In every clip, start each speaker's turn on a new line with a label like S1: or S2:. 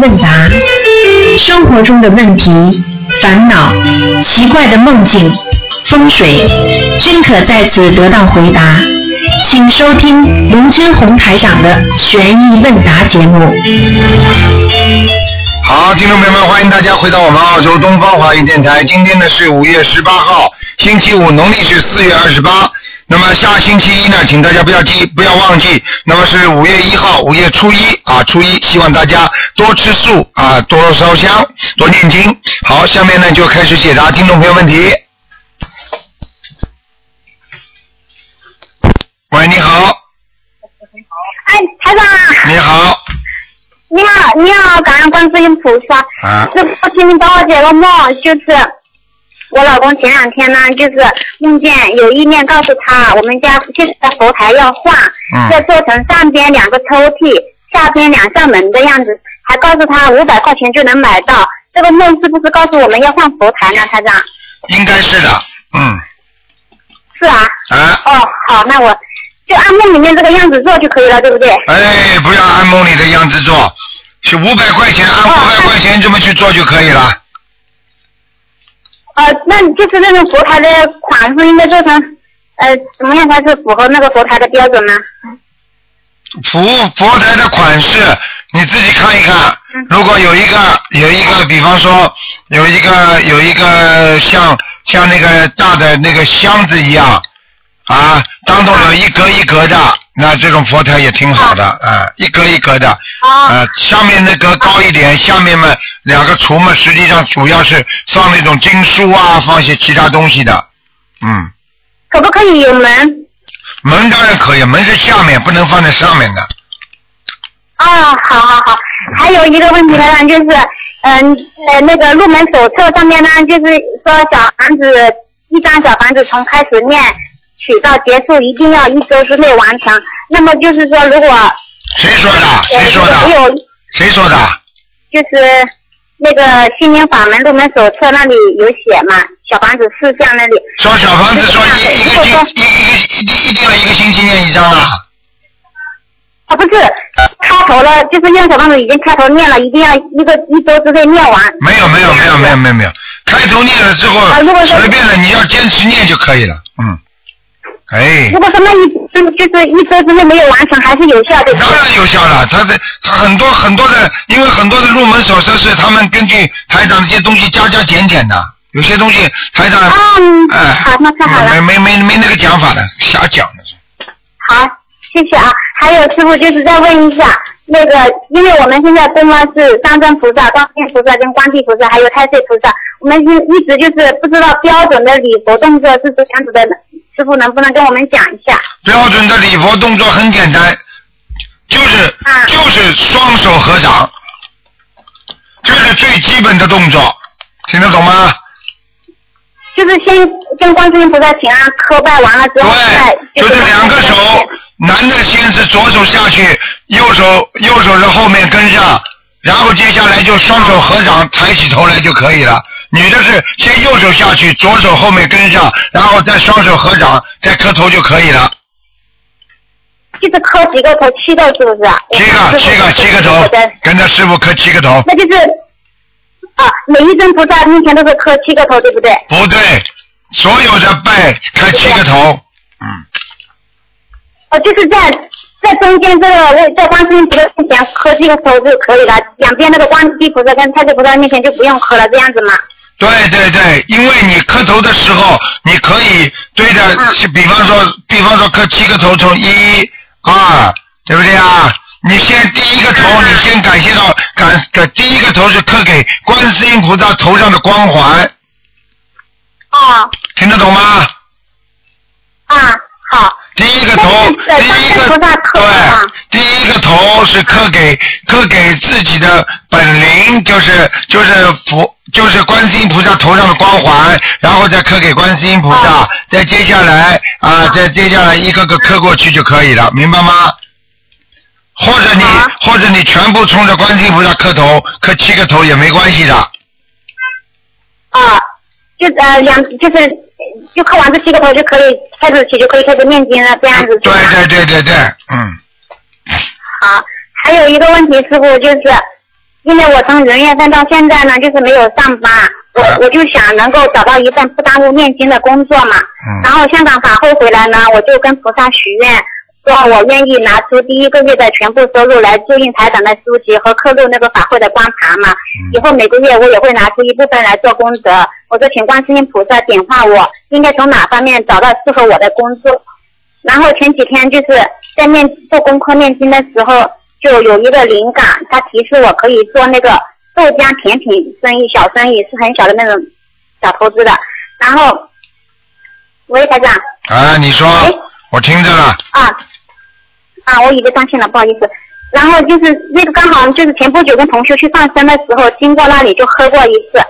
S1: 问答，生活中的问题、烦恼、奇怪的梦境、风水，均可在此得到回答。请收听卢军红台长的《悬疑问答》节目。
S2: 好，听众朋友们，欢迎大家回到我们澳洲东方华语电台。今天呢是五月十八号，星期五，农历是四月二十八。那么下星期一呢，请大家不要记，不要忘记，那么是五月一号，五月初一啊，初一，希望大家多吃素啊，多烧香，多念经。好，下面呢就开始解答听众朋友问题。喂，你好，
S3: 哎，台长，
S2: 你好，
S3: 你好，你好，感恩观世音菩萨。
S2: 啊
S3: 那我请你帮我解个梦，就是我老公前两天呢，就是梦见有意念告诉他，我们家现在佛台要换，
S2: 嗯
S3: 要做成上边两个抽屉，下边两扇门的样子，还告诉他五百块钱就能买到。这个梦是不是告诉我们要换佛台呢，台长？
S2: 应该是的，嗯，
S3: 是啊。
S2: 啊。
S3: 哦，好，那我就按梦里面这个样子做就可以了，对不对？
S2: 哎，不要按梦里的样子做，是五百块钱，按五百块钱这么去做就可以了。
S3: 呃，那就是那种佛台的款式应该做成，呃，怎么样才是符合那个佛台的标准呢？
S2: 佛佛台的款式你自己看一看
S3: 嗯，
S2: 如果有一个有一个，比方说有一个有一个像像那个大的那个箱子一样啊，当中有一格一格的，那这种佛台也挺好的啊，一格一格的。
S3: 啊、
S2: 呃，上面那格高一点，下面嘛两个橱嘛，实际上主要是放那种经书啊，放些其他东西的。嗯，
S3: 可不可以有门？
S2: 门当然可以，门是下面，不能放在上面的。
S3: 啊，好好好。还有一个问题呢，就是，嗯、呃，那个入门手册上面呢，就是说小房子一张小房子从开始念取到结束，一定要一周之内完成。那么就是说，如果
S2: 谁说的？
S3: 呃
S2: 谁说
S3: 没
S2: 的？
S3: 有
S2: 谁说的？
S3: 就是那个心灵法门入门手册那里有写嘛，小房子事项那里。
S2: 说小房子说
S3: 没有
S2: 一一个
S3: 没有
S2: 星一一一定一定要一个星期念一张啊。
S3: 啊，不是，开头了，就是用小房子已经开头念了，一定要一个一周之内念完。
S2: 没有没有没有没有没有没有，开头念了之后
S3: 啊如果说
S2: 随便了，你要坚持念就可以了。嗯，哎
S3: 如，果说那一嗯就就是一周之内没有完成，还是有效，对不
S2: 当
S3: 对？
S2: 然有效了，他这他很多很多的，因为很多的入门手册是他们根据台长这些东西加加减减的，有些东西台长，
S3: 嗯，
S2: 哎，
S3: 好，那太好了
S2: 没，没没没那个讲法的，瞎讲的。
S3: 好，谢谢啊。还有师傅，就是再问一下，那个，因为我们现在供的是三尊菩萨、观世音菩萨跟观地菩萨，还有太岁菩萨，我们是一直就是不知道标准的礼佛动作是什么样子的，师傅能不能跟我们讲一下？
S2: 标准的礼佛动作很简单，就是
S3: 啊
S2: 就是双手合掌，这是最基本的动作，听得懂吗？
S3: 就是先跟观世音菩萨请安磕拜完了之后，再
S2: 对，就是是两个手，男的先是左手下去，右手右手是后面跟上，然后接下来就双手合掌，抬起头来就可以了。女的是先右手下去，左手后面跟上，然后再双手合掌，再磕头就可以了。
S3: 就是磕几个头，七个是不是啊？
S2: 七
S3: 我
S2: 个，
S3: 看师
S2: 七
S3: 傅
S2: 个，
S3: 是
S2: 七个
S3: 我
S2: 头
S3: 的，
S2: 跟着师傅磕七个头。
S3: 那就是啊，每一尊菩萨面前都是磕七个头，对不对？
S2: 不对，所有的拜磕七个头。嗯，
S3: 哦，就是在在中间这个位在观世音菩萨面前磕七个头就可以了，两边那个观世音菩萨跟太岁菩萨面前就不用磕了，这样子嘛？
S2: 对对对，因为你磕头的时候，你可以对着，
S3: 嗯
S2: 比方说，比方说磕七个头，从一、二，对不对啊？你先第一个头，
S3: 嗯
S2: 你先感谢到感感第一个头是磕给观世音菩萨头上的光环，
S3: 哦
S2: 听得懂吗？
S3: 啊，好，
S2: 第一个头，
S3: 但
S2: 第
S3: 是
S2: 一
S3: 在
S2: 个
S3: 观世音菩萨磕啊
S2: 对，第一个头是刻给刻给自己的本灵，就是就是佛，就是观世音菩萨头上的光环，然后再刻给观世音菩萨，
S3: 啊
S2: 再接下来啊，再接下来一个个刻过去就可以了，明白吗？或者你、
S3: 好
S2: 或者你全部冲着观世音菩萨磕头，磕七个头也没关系的。
S3: 啊，就呃两就是就磕完这七个头就可以开始起就可以开始念经了，这样子
S2: 对对对对对，嗯。
S3: 啊好，还有一个问题，师傅就是，因为我从元月份到现在呢，就是没有上班，我
S2: 啊
S3: 我就想能够找到一份不耽误念经的工作嘛。然
S2: 嗯，
S3: 后香港法会回来呢，我就跟菩萨许愿，说我愿意拿出第一个月的全部收入来助印台长的书籍和刻录那个法会的光盘嘛。以后每个月我也会拿出一部分来做功德。我说，请观世音菩萨点化我，应该从哪方面找到适合我的工作。然后前几天就是在念做功课念经的时候，就有一个灵感，他提示我可以做那个豆浆甜品生意，小生意是很小的那种小投资的。然后，喂，台长，
S2: 啊，你说
S3: 哎，
S2: 我听着了，
S3: 啊啊，我已经上线了，不好意思。然后就是那个刚好就是前不久跟同学去放生的时候，经过那里就喝过一次。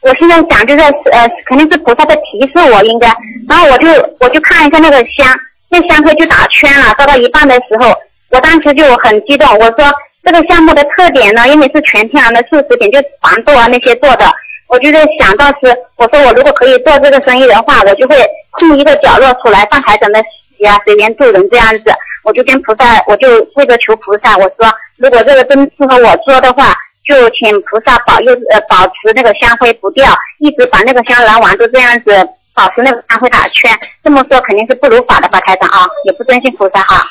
S3: 我现在想就是呃，肯定是菩萨在提示我应该。然后我就我就看一下那个香，那香灰就打圈了，烧到一半的时候，我当时就很激动，我说这个项目的特点呢，因为是全天然的素食品，就黄豆啊那些做的，我就在想到时，我说我如果可以做这个生意的话，我就会空一个角落出来放台长的席啊，随便住人这样子。我就跟菩萨，我就跪着求菩萨，我说如果这个真适合我做的话，就请菩萨保佑呃保持那个香灰不掉，一直把那个香兰丸都这样子保持那个香灰打圈。这么说肯定是不如法的吧，台长啊，也不尊敬菩萨啊哈、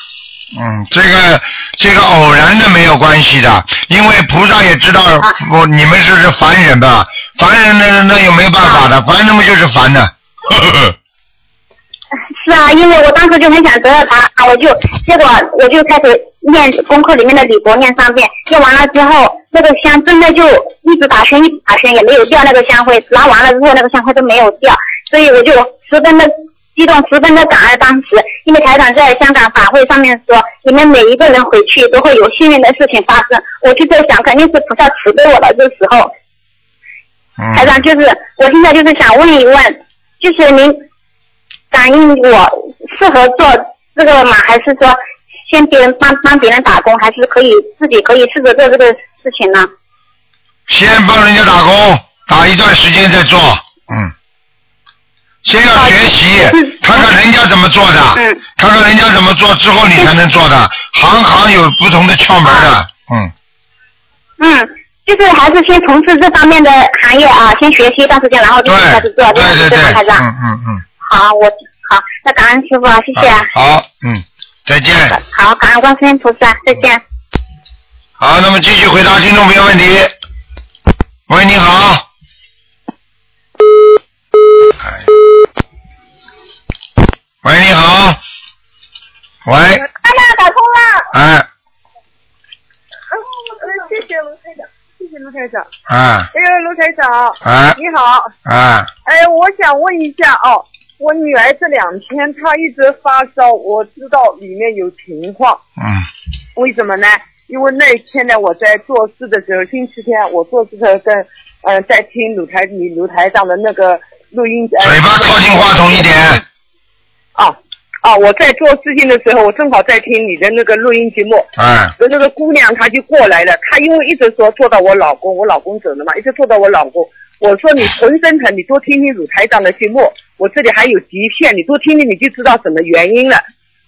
S2: 嗯，这个这个偶然的没有关系的，因为菩萨也知道
S3: 啊
S2: 我你们是是凡人吧，凡人那那也没办法的，凡人那么就是凡的， 呵呵呵
S3: 是啊，因为我当时就很想得到答案，我就结果我就开始念功课里面的李博念三遍，念完了之后，那个香真的就一直打圈，一直打圈也没有掉那个香灰，拿完了之后那个香灰都没有掉，所以我就十分的激动，十分的感恩当时，因为台长在香港法会上面说，你们每一个人回去都会有幸运的事情发生，我就在想，肯定是菩萨慈悲我了，这时候。
S2: 嗯
S3: 台长，就是我现在就是想问一问，就是您感应我适合做这个吗？还是说先别人帮帮别人打工，还是可以自己可以试着做这个事情呢？
S2: 先帮人家打工，打一段时间再做，嗯。先要学习
S3: 嗯，
S2: 看看人家怎么做的，
S3: 嗯
S2: 看看人家怎么做之后你才能做的，行行有不同的窍门的，嗯，
S3: 嗯，就是还是先从事这方面的行业啊，先学习一段时间，然后就
S2: 对
S3: 开始做，，这样
S2: 对
S3: 子
S2: 对
S3: 对
S2: 对，
S3: 吗，台
S2: 嗯
S3: 长？
S2: 嗯嗯，
S3: 好，我好，那感恩师傅啊，谢谢啊。
S2: 好，嗯，再见。
S3: 好，感恩观世音菩萨，再见。
S2: 好，那么继续回答听众朋友问题。喂，你好。哎喂，你好。喂，
S4: 妈妈打通了，
S2: 哎
S4: 嗯，谢谢卢台长，谢谢卢台长。
S2: 哎
S4: 哎呦，卢台长，
S2: 哎
S4: 你好，
S2: 哎，
S4: 哎，我想问一下哦，我女儿这两天她一直发烧，我知道里面有情况，
S2: 嗯
S4: 为什么呢？因为那天呢，我在做事的时候，星期天我做事的时候跟，嗯、在听鲁台你卢台长的那个录音，呃
S2: 嘴巴靠近话筒一点。
S4: 啊啊，我在做事情的时候，我正好在听你的那个录音节目，
S2: 哎
S1: 啊
S4: 然后那个姑娘她就过来了，她因为一直说坐到我老公，我老公走了嘛，一直坐到我老公。我说你浑身疼，你多听听乳台长的节目，我这里还有集片，你多听听你就知道什么原因了，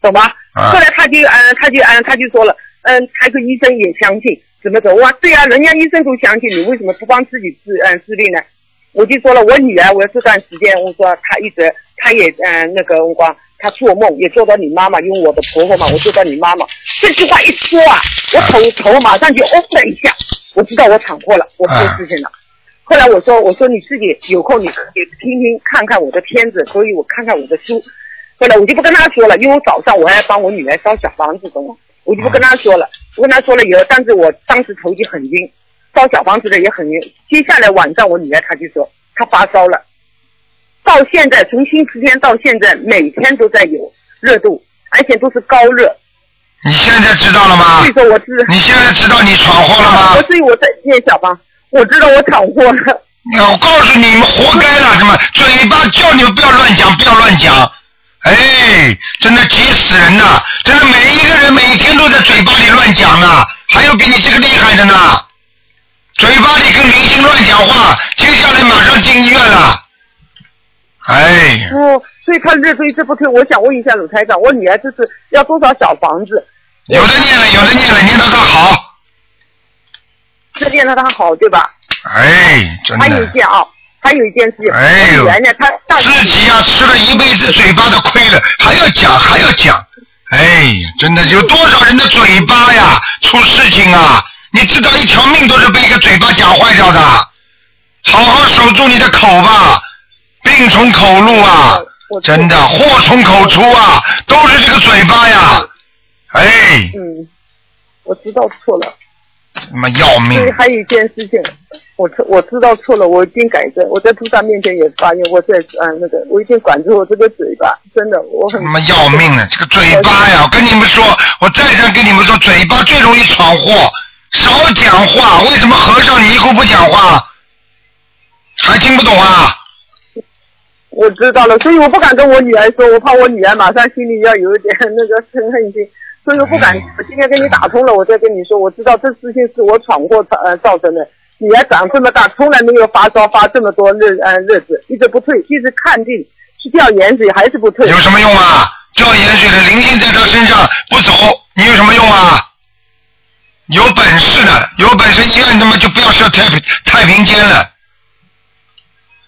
S4: 懂吗？
S2: 啊
S4: 后来她就嗯，她就嗯，她就说了，嗯，还有医生也相信，怎么怎么哇？对啊，人家医生都相信，你为什么不帮自己治嗯治病呢？我就说了，我女儿，我这段时间我说她一直，她也嗯、呃那个我光，她做梦也做到你妈妈，因为我的婆婆嘛，我做到你妈妈。这句话一说啊，我头头马上就嗡了一下，我知道我闯祸了，我出事情了。后来我说我说你自己有空你也听听看看我的片子，所以我看看我的书。后来我就不跟她说了，因为我早上我还帮我女儿烧小房子，懂吗？我就不跟她说了，我跟她说了以后，但是我当时头就很晕，烧小房子的也很晕。接下来晚上我女儿她就说她发烧了，到现在从星期天到现在每天都在有热度，而且都是高热。
S2: 你现在知道了吗
S4: 所以？说我是
S2: 你现在知道你闯祸了
S4: 我
S2: 吗？
S4: 所以我在念小芳，我知道我闯祸了。
S2: 我告诉你们，活该了，什么嘴巴叫你们不要乱讲，不要乱讲。哎，真的急死人呐！真的每一个人每天都在嘴巴里乱讲啊，还有比你这个厉害的呢。嘴巴里跟明星乱讲话，接下来马上进医院了。哎，
S4: 哦，所以他日推这不推，我想问一下鲁台长，我女儿这是要多少小房子？
S2: 有的念了，有的念了，念到他好。
S4: 这练到他好，对吧？
S2: 哎，真
S4: 还有一
S2: 的，
S4: 件啊，还有一件事，
S2: 哎呦
S4: 我原来他到底
S2: 自己呀、啊吃了一辈子嘴巴的亏了，还要讲还要讲，哎，真的有多少人的嘴巴呀出事情啊？你知道一条命都是被一个嘴巴讲坏掉的，好好守住你的口吧，病从口入啊
S4: 我，知道
S2: 真的祸从口出啊，都是这个嘴巴呀，哎，
S4: 嗯，我知道错了。
S2: 他妈要命
S4: 所以！还有一件事情，我知我知道错了，我已经改正。我在菩萨面前也发愿，我在嗯那个，我已经管住我这个嘴巴，真的，我很
S2: 他妈要命了！这个嘴巴呀，我跟你们说，我再三跟你们说，嘴巴最容易闯祸，少讲话。为什么和尚你以后不讲话？还听不懂啊？
S4: 我知道了，所以我不敢跟我女儿说，我怕我女儿马上心里要有一点那个生恨心，所以我不敢
S2: 哎。
S4: 我今天跟你打通了，我再跟你说，我知道这事情是我闯祸造呃造成的。女儿长这么大，从来没有发烧发这么多日呃日子，一直不退，一直看病，去吊盐水还是不退。
S2: 有什么用啊？吊盐水的灵性在他身上不走，你有什么用啊？有本事的，有本事医院他妈就不要设太平太平间了。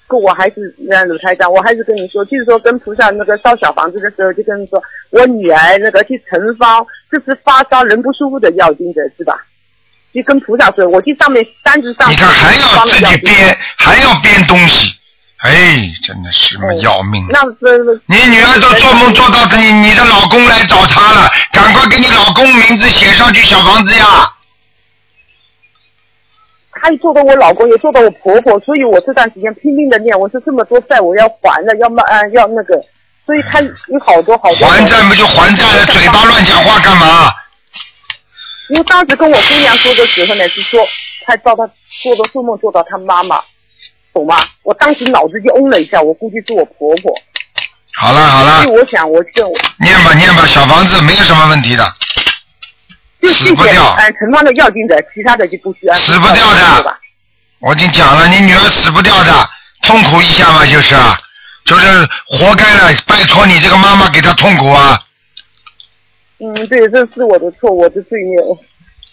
S4: 跟我还是那鲁台长，我还是跟你说，就是说跟菩萨那个烧小房子的时候，就跟你说，我女儿那个去晨方，这是发烧人不舒服的药精者是吧？就跟菩萨说，我去上面单子上
S2: 你看还要
S4: 方的
S2: 自
S4: 药
S2: 己
S4: 精者
S2: 编，还要编东西，哎，真的是妈
S4: 嗯
S2: 要命啊！
S4: 那这
S2: 你女儿都做梦做到你你的老公来找她了，赶快给你老公名字写上去小房子呀！
S4: 他也做到我老公，也做到我婆婆，所以我这段时间拼命的念，我说这么多债我要还的，要慢、呃、要那个，所以他有好多好多。
S2: 还债不就还债了，嘴巴乱讲话干嘛？
S4: 因为当时跟我姑娘说的时候呢，是说她到她做的做梦做到她妈妈，懂吗？我当时脑子就嗡了一下，我估计是我婆婆，
S2: 好了好
S4: 所以
S2: 了，
S4: 我想我就
S2: 念吧念吧，小房子没有什么问题的，
S4: 就
S2: 死
S4: 谢
S2: 不
S4: 谢
S2: 掉
S4: 哎陈芳的要紧者，其他的就不需要。
S2: 死不掉的
S4: 对吧？
S2: 我已经讲了，你女儿死不掉的，痛苦一下嘛就是啊，就是活该了，拜托你这个妈妈给她痛苦啊，
S4: 嗯，对，这是我的错，我的罪孽，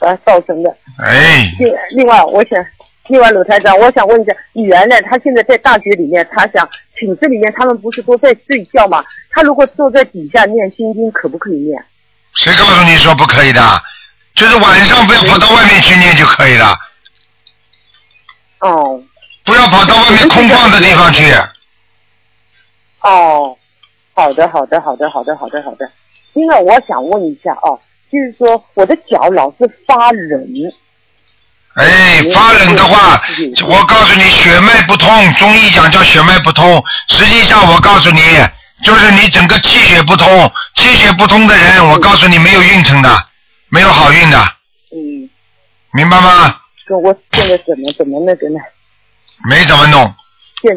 S4: 啊造成的。
S2: 哎，
S4: 另另外，我想，另外鲁台长，我想问一下，女儿呢？她现在在大学里面，她想寝室里面，他们不是都在睡觉嘛？她如果坐在底下念心经，可不可以念？
S2: 谁告诉你说不可以的？就是晚上不要跑到外面去念就可以了，
S4: 哦
S2: 不要跑到外面空旷的地方去。
S4: 哦，好的，好的，好的，好的，好的，好的。另外，我想问一下哦，就是说我的脚老是发冷，
S2: 哎，
S4: 嗯
S2: 发冷的话，我告诉你，血脉不通，中医讲叫血脉不通。实际上，我告诉你，就是你整个气血不通，气血不通的人，我告诉你，没有运程的，没有好运的，
S4: 嗯，
S2: 明白吗？
S4: 跟我现在怎么怎么那个呢？
S2: 没怎么弄，
S4: 现，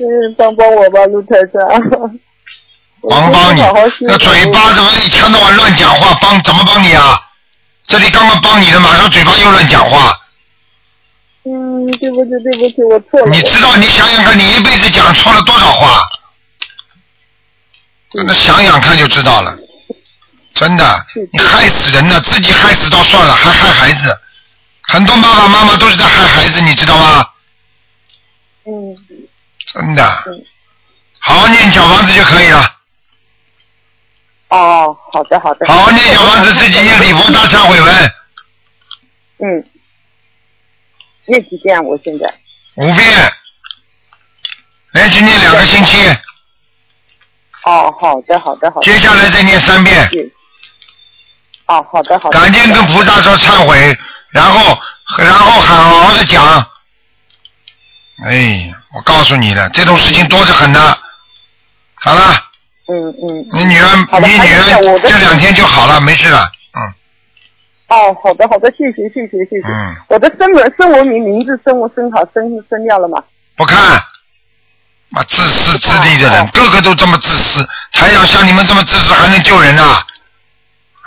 S4: 嗯，帮帮我吧，卢台长。我
S2: 帮帮你
S4: 好好。修
S2: 那嘴巴怎么一天到晚乱讲话，帮怎么帮你啊？这里刚刚帮你的，马上嘴巴又乱讲话。
S4: 嗯，对不起，对不起，我错了。
S2: 你知道，你想想看，你一辈子讲错了多少话？那想想看就知道了，真的，你害死人了，自己害死倒算了，还害孩子，很多爸爸妈妈都是在害孩子，你知道吗？
S4: 嗯，
S2: 真的，好好念小房子就可以了，
S4: 哦，好的，好的。
S2: 好好念小房子，自己念礼佛大忏悔文
S4: 嗯，念几遍啊？我现在
S2: 五遍，连续念两个星期，
S4: 哦，好的，好的，好的。
S2: 接下来再念三遍。
S4: 嗯哦，好的，好的。
S2: 赶紧跟菩萨说忏悔，然后然后好好的讲。哎，我告诉你了，这种事情多得很的。好了，
S4: 嗯嗯。
S2: 你女儿
S4: 好，的
S2: 你
S4: 还
S2: 女
S4: 有一个
S2: 儿
S4: 我的
S2: 这两天就好了，没事了。嗯，
S4: 哦，好的，好的，谢谢，谢谢，谢谢。
S2: 嗯
S4: 我的声文声文名名字声文声好声声调了嘛？
S2: 不看，妈自私自利的人，
S4: 哦
S2: 个个都这么自私。台长像你们这么自私，还能救人啊？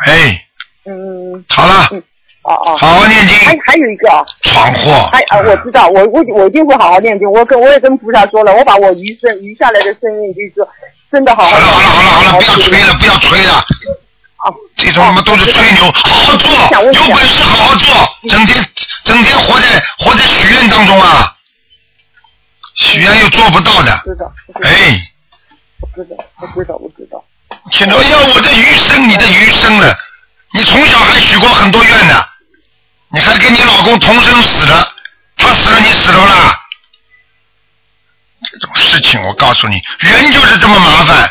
S2: 哎，
S4: 嗯，嗯
S2: 好了，
S4: 嗯哦哦。
S2: 好好念经，
S4: 还还有一个啊，
S2: 闯祸。
S4: 还啊，我知道，我我我一定会好好念经。我跟我也跟菩萨说了，我把我余生余下来的生命，就是说，真的好好
S2: 好了
S4: 念。
S2: 好了好了好了，不要
S4: 好好
S2: 吹了不要吹了，
S4: 哦，
S2: 这种他妈都是吹牛，好好做，
S4: 想嗯问一下
S2: 有本事好好做，整天整天活在活在许愿当中啊，许愿又做不到的，
S4: 知道，我知道
S2: 哎，
S4: 我知道，我知道，我知道，
S2: 现在哎呀，我的余生，你的余生了，你从小还许过很多愿呢，你还跟你老公同生死了，他死了你死了不啦？这种事情我告诉你，人就是这么麻烦，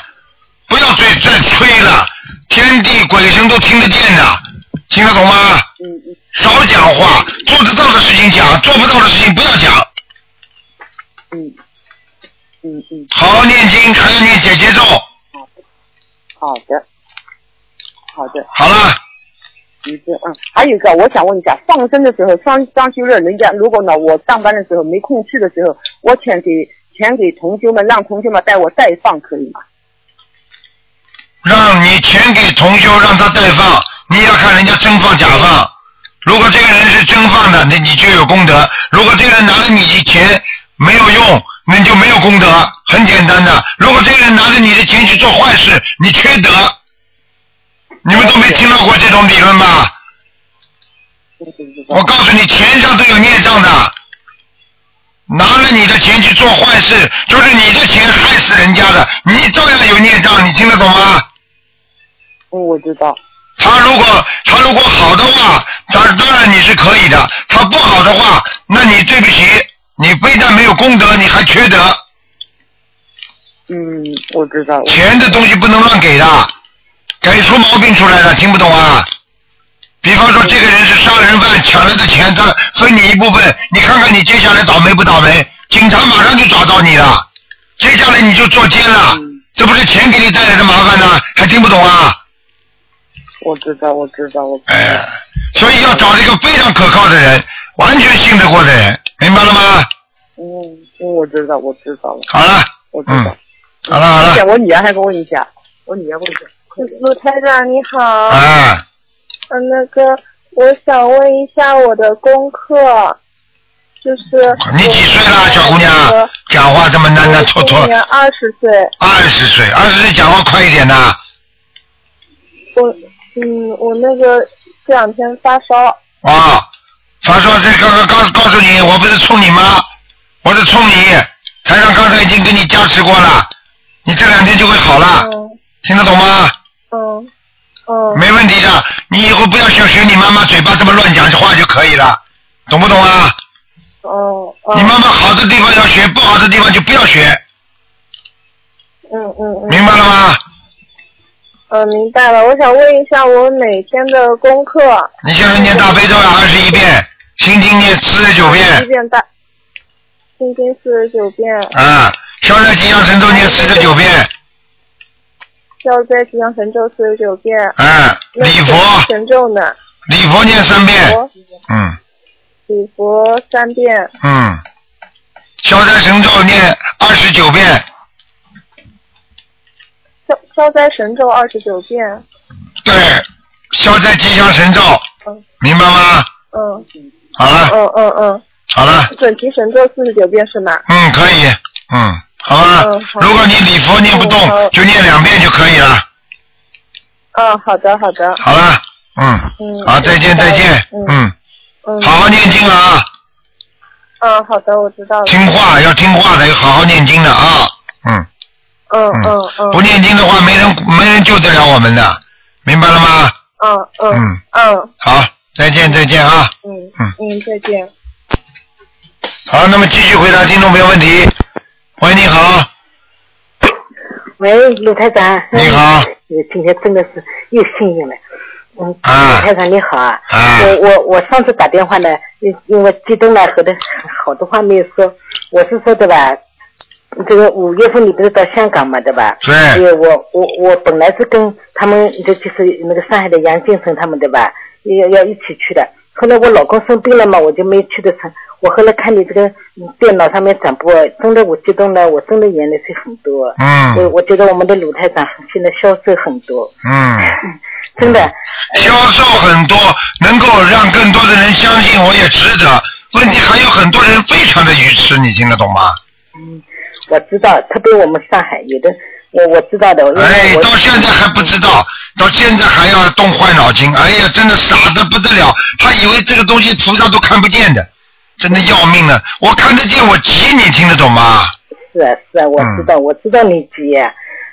S2: 不要再再吹了，天地鬼神都听得见的，听得懂吗？
S4: 嗯嗯，
S2: 少讲话，做得到的事情讲，做不到的事情不要讲。
S4: 嗯，嗯嗯，
S2: 好好念经，还要念姐姐咒。
S4: 好的，好的，
S2: 好了，
S4: 一致，嗯。还有一个，我想问一下，放生的时候，双双休日，人家如果呢，我上班的时候没空去的时候，我钱给钱给同修们，让同修们带我再放，可以吗？
S2: 让你钱给同修，让他代放，你要看人家真放假放。如果这个人是真放的，那你就有功德；如果这个人拿着你的钱没有用，那你就没有功德。很简单的，如果这个人拿着你的钱去做坏事，你缺德。你们都没听到过这种理论吧？
S4: 对对对对
S2: 我告诉你，钱上都有孽障的。拿了你的钱去做坏事，就是你的钱害死人家的，你照样有孽障，你听得懂吗？
S4: 嗯，我知道，
S2: 他如果他如果好的话，他当然你是可以的；他不好的话，那你对不起，你不但没有功德，你还缺德。
S4: 嗯，我知道，我
S2: 钱的东西不能乱给的，给出毛病出来的，听不懂啊？比方说，这个人是杀人犯，抢了的钱他分你一部分，你看看你接下来倒霉不倒霉？警察马上就抓到你了，接下来你就坐监了
S4: 嗯，
S2: 这不是钱给你带来的麻烦呢？还听不懂啊？
S4: 我知道，我知道，我知道
S2: 哎、所以要找一个非常可靠的人，完全信得过的人，明白了吗？
S4: 嗯，嗯，我知道，我知道了，
S2: 好了，
S4: 我知道。
S2: 嗯，好了好
S4: 而且
S2: 了，
S4: 我女儿还跟我问一下，我女儿问一下，快点
S5: 嗯卢台长你好，
S2: 啊，
S5: 嗯，那个我想问一下我的功课，就是
S2: 你几岁了，小姑娘？讲啊话这么
S5: 我
S2: 喃喃
S5: 我
S2: 戳
S5: 今
S2: 戳，
S5: 年二十岁，啊
S2: 二十岁，二十岁讲话快一点呐，
S5: 我嗯，我那个这两天发烧，
S2: 啊，他说这个告告诉你，我不是冲你妈，我是冲你，台上刚才已经给你加持过了，你这两天就会好了，
S5: 嗯
S2: 听得懂吗？
S5: 嗯嗯，
S2: 没问题的，你以后不要学学你妈妈嘴巴这么乱讲话就可以了，懂不懂啊？
S5: 嗯
S2: 你
S5: 嗯
S2: 妈妈好的地方要学，不好的地方就不要学，
S5: 嗯嗯嗯
S2: 明白了吗？
S5: 嗯，明白了。我想问一下我每天的功课，
S2: 你现在念大悲咒要二十一遍，心经念四十九
S5: 一
S2: 遍，
S5: 遍大，心经四十九遍，
S2: 啊，消灾吉祥神咒念四十九遍，
S5: 消灾吉祥神咒四十九遍，
S2: 啊，
S5: 那
S2: 礼
S5: 准
S2: 佛
S5: 提神咒呢？
S2: 礼佛念三遍，
S5: 佛
S2: 嗯
S5: 礼佛三遍，
S2: 嗯，消灾神咒念二十九遍，
S5: 消消灾神咒二十九遍，
S2: 对，消灾吉祥神咒
S5: 嗯，
S2: 明白吗？
S5: 嗯
S2: 好了
S5: 嗯嗯嗯，
S2: 好了，
S5: 准提神咒四十九遍是吗？
S2: 嗯，可以，嗯，好吧
S5: 嗯。好
S2: 如果你礼佛念不
S5: 嗯好
S2: 动，就念两遍就可以了。
S5: 嗯，好的好的，
S2: 好了，嗯，
S5: 嗯
S2: 好，再见，
S5: 明白
S2: 再见，
S5: 嗯
S2: 嗯，
S5: 嗯
S2: 好好念经啊，
S5: 嗯好的，我知道了，
S2: 听话，要听话的，要好好念经的啊，嗯
S5: 嗯嗯嗯
S2: 不念经的话，没人没人救得了我们的，明白了吗？
S5: 嗯嗯
S2: 嗯
S5: 嗯
S2: 好，再见，再见啊，
S5: 嗯
S2: 嗯
S5: 嗯，再见。
S2: 好，那么继续回答听众朋友问题。喂，你好，
S5: 哎
S6: 喂，鲁台长。
S2: 你好。
S6: 我今天真的是又幸运了。嗯，鲁
S2: 啊
S6: 台长你好啊。
S2: 啊
S6: 我我我上次打电话呢，因因为激动了，和的 好多话没有说。我是说的吧，这个五月份你不是到香港嘛，对吧？
S2: 对
S6: 对我我我本来是跟他们，就就是那个上海的杨建成他们对吧，要要一起去的。后来我老公生病了嘛，我就没去的成。我后来看你这个嗯电脑上面转播，真的我激动了，我真的眼泪水很多。我
S2: 嗯
S6: 我觉得我们的鲁台长现在消瘦很多，
S2: 嗯，
S6: 真的，
S2: 销售很多，能够让更多的人相信我也值得。问
S6: 嗯
S2: 题还有很多人非常的愚痴，你听得懂吗？
S6: 我知道，特别我们上海有的我我知道的，因
S2: 哎
S6: 为，我
S2: 到现在还不知道，到现在还要动坏脑筋，哎呀，真的傻的不得了，他以为这个东西菩萨都看不见的，真的要命了。我看得见，我急，你听得懂吗？
S6: 是啊是啊，我知道、我知道你急、啊，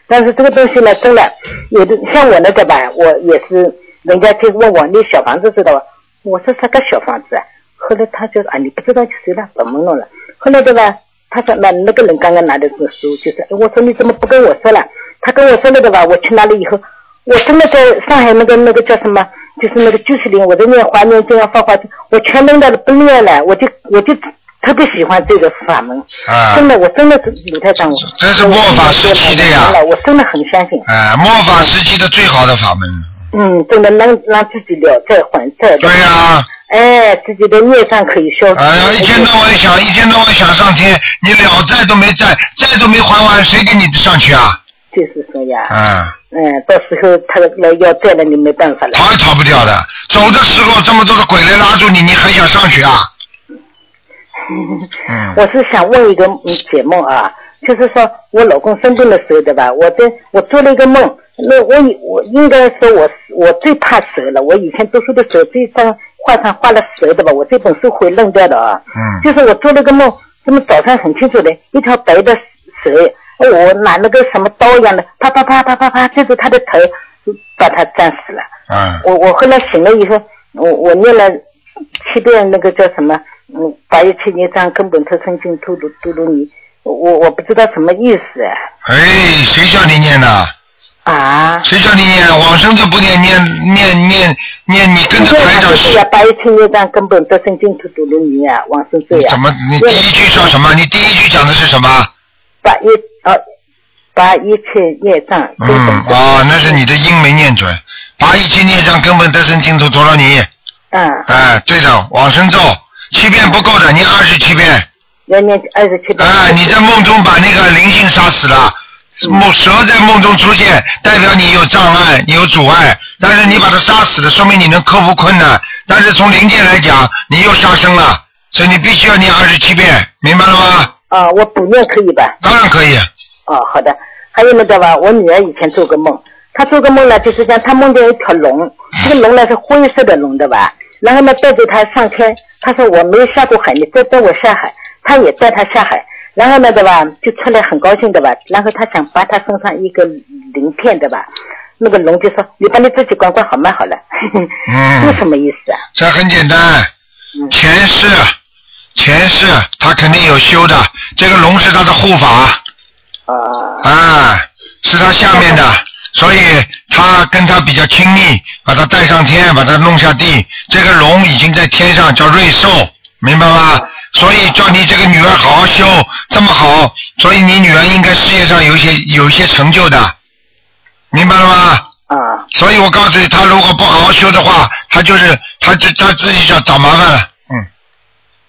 S6: 但是这个东西呢，真的有的像我那个吧，我也是人家就问我你小房子知道吧？我说啥个小房子啊？后来他就说啊你不知道就随便怎么弄了。后来对吧？他说那那个人刚刚拿的这个书，就是哎我说你怎么不跟我说了？他跟我说了的吧？我去拿了以后，我真的在上海那个那个叫什么，就是那个居士林，我在念华念经啊，发华经，我全扔掉了不念了，我就我就特别喜欢这个法门。
S2: 啊，
S6: 真的，我真的是鲁太长，
S2: 这是末法时期的呀
S6: 我真的很相信，
S2: 哎，末法时期的最好的法门。
S6: 嗯，真的能让自己了再还债的，
S2: 对呀、
S6: 哎，自己的孽障可以消除。
S2: 哎呀，一天到晚想，一天到晚想上天，你了债都没债，债都没还完，谁给你上去啊？
S6: 就是说呀，
S2: 嗯，
S6: 嗯，到时候他来要债了，你没办法了。
S2: 逃也逃不掉的。走的时候这么多的鬼来拉住你，你还想上去啊？嗯，
S6: 我是想问一个嗯解梦啊，就是说我老公生病的时候，对吧？我在我做了一个梦，那我以我应该说我是我最怕蛇了。我以前读书的时候，这一张画上画了蛇，对吧？我这本书会扔掉的啊。
S2: 嗯
S6: 就是我做了个梦，那么早上很清楚的，一条白的蛇，哎我拿那个什么刀一样的，啪啪啪啪啪啪，对着它的头，把它战死了。
S2: 嗯，
S6: 我我后来醒了以后，我我念了七遍那个叫什么，嗯，八一七年章根本特生经吐鲁嘟噜尼，我我我不知道什么意思
S2: 哎，谁叫你念的？
S6: 啊。啊，
S2: 谁叫你念？往生咒不念，念念念念，你跟着台长
S6: 是
S2: 学
S6: 呀，。八一七年章根本特生经吐鲁嘟噜尼啊，往生咒呀。
S2: 怎么？你第一句说什么？你第一句讲的是什么？
S6: 八一啊，八一七年章根
S2: 嗯，
S6: 本特
S2: 哦，那是你的音没念准。把一切念上根本得生净土陀罗尼。
S6: 嗯，
S2: 哎，对的，往生咒七遍不够的，你二十七遍。
S6: 要念二十七遍。
S2: 哎，你在梦中把那个灵性杀死了，
S6: 嗯
S2: 梦蛇在梦中出现，代表你有障碍，你有阻碍。但是你把它杀死了，说明你能克服困难。但是从灵界来讲，你又杀生了，所以你必须要念二十七遍，明白了吗？
S6: 啊，我补念可以吧？
S2: 当然可以。
S6: 哦，好的。还有那个吧，我女儿以前做个梦，她做个梦呢，就是讲她梦见一条龙，这个龙呢是灰色的龙，对吧？然后呢带着她上天，她说我没有下过海，你再带我下海，她也带她下海。然后呢，对吧？就出来很高兴，对吧？然后她想拔她身上一个鳞片，对吧？那个龙就说：“你把你自己管管好蛮好了。
S2: 嗯
S6: 这什么意思啊？
S2: 这很简单，
S6: 嗯
S2: 前世，前世他肯定有修的，这个龙是他的护法
S6: 啊、
S2: 啊，是他下面的，所以他跟他比较亲密，把他带上天，把他弄下地。这个龙已经在天上叫瑞兽，明白
S6: 啊
S2: 吗？所以叫你这个女儿好好修，这么好，所以你女儿应该事业上有一些有一些成就的，明白了吗？
S6: 啊，
S2: 所以我告诉你，他如果不好好修的话，他就是他就他自己找找麻烦了，嗯，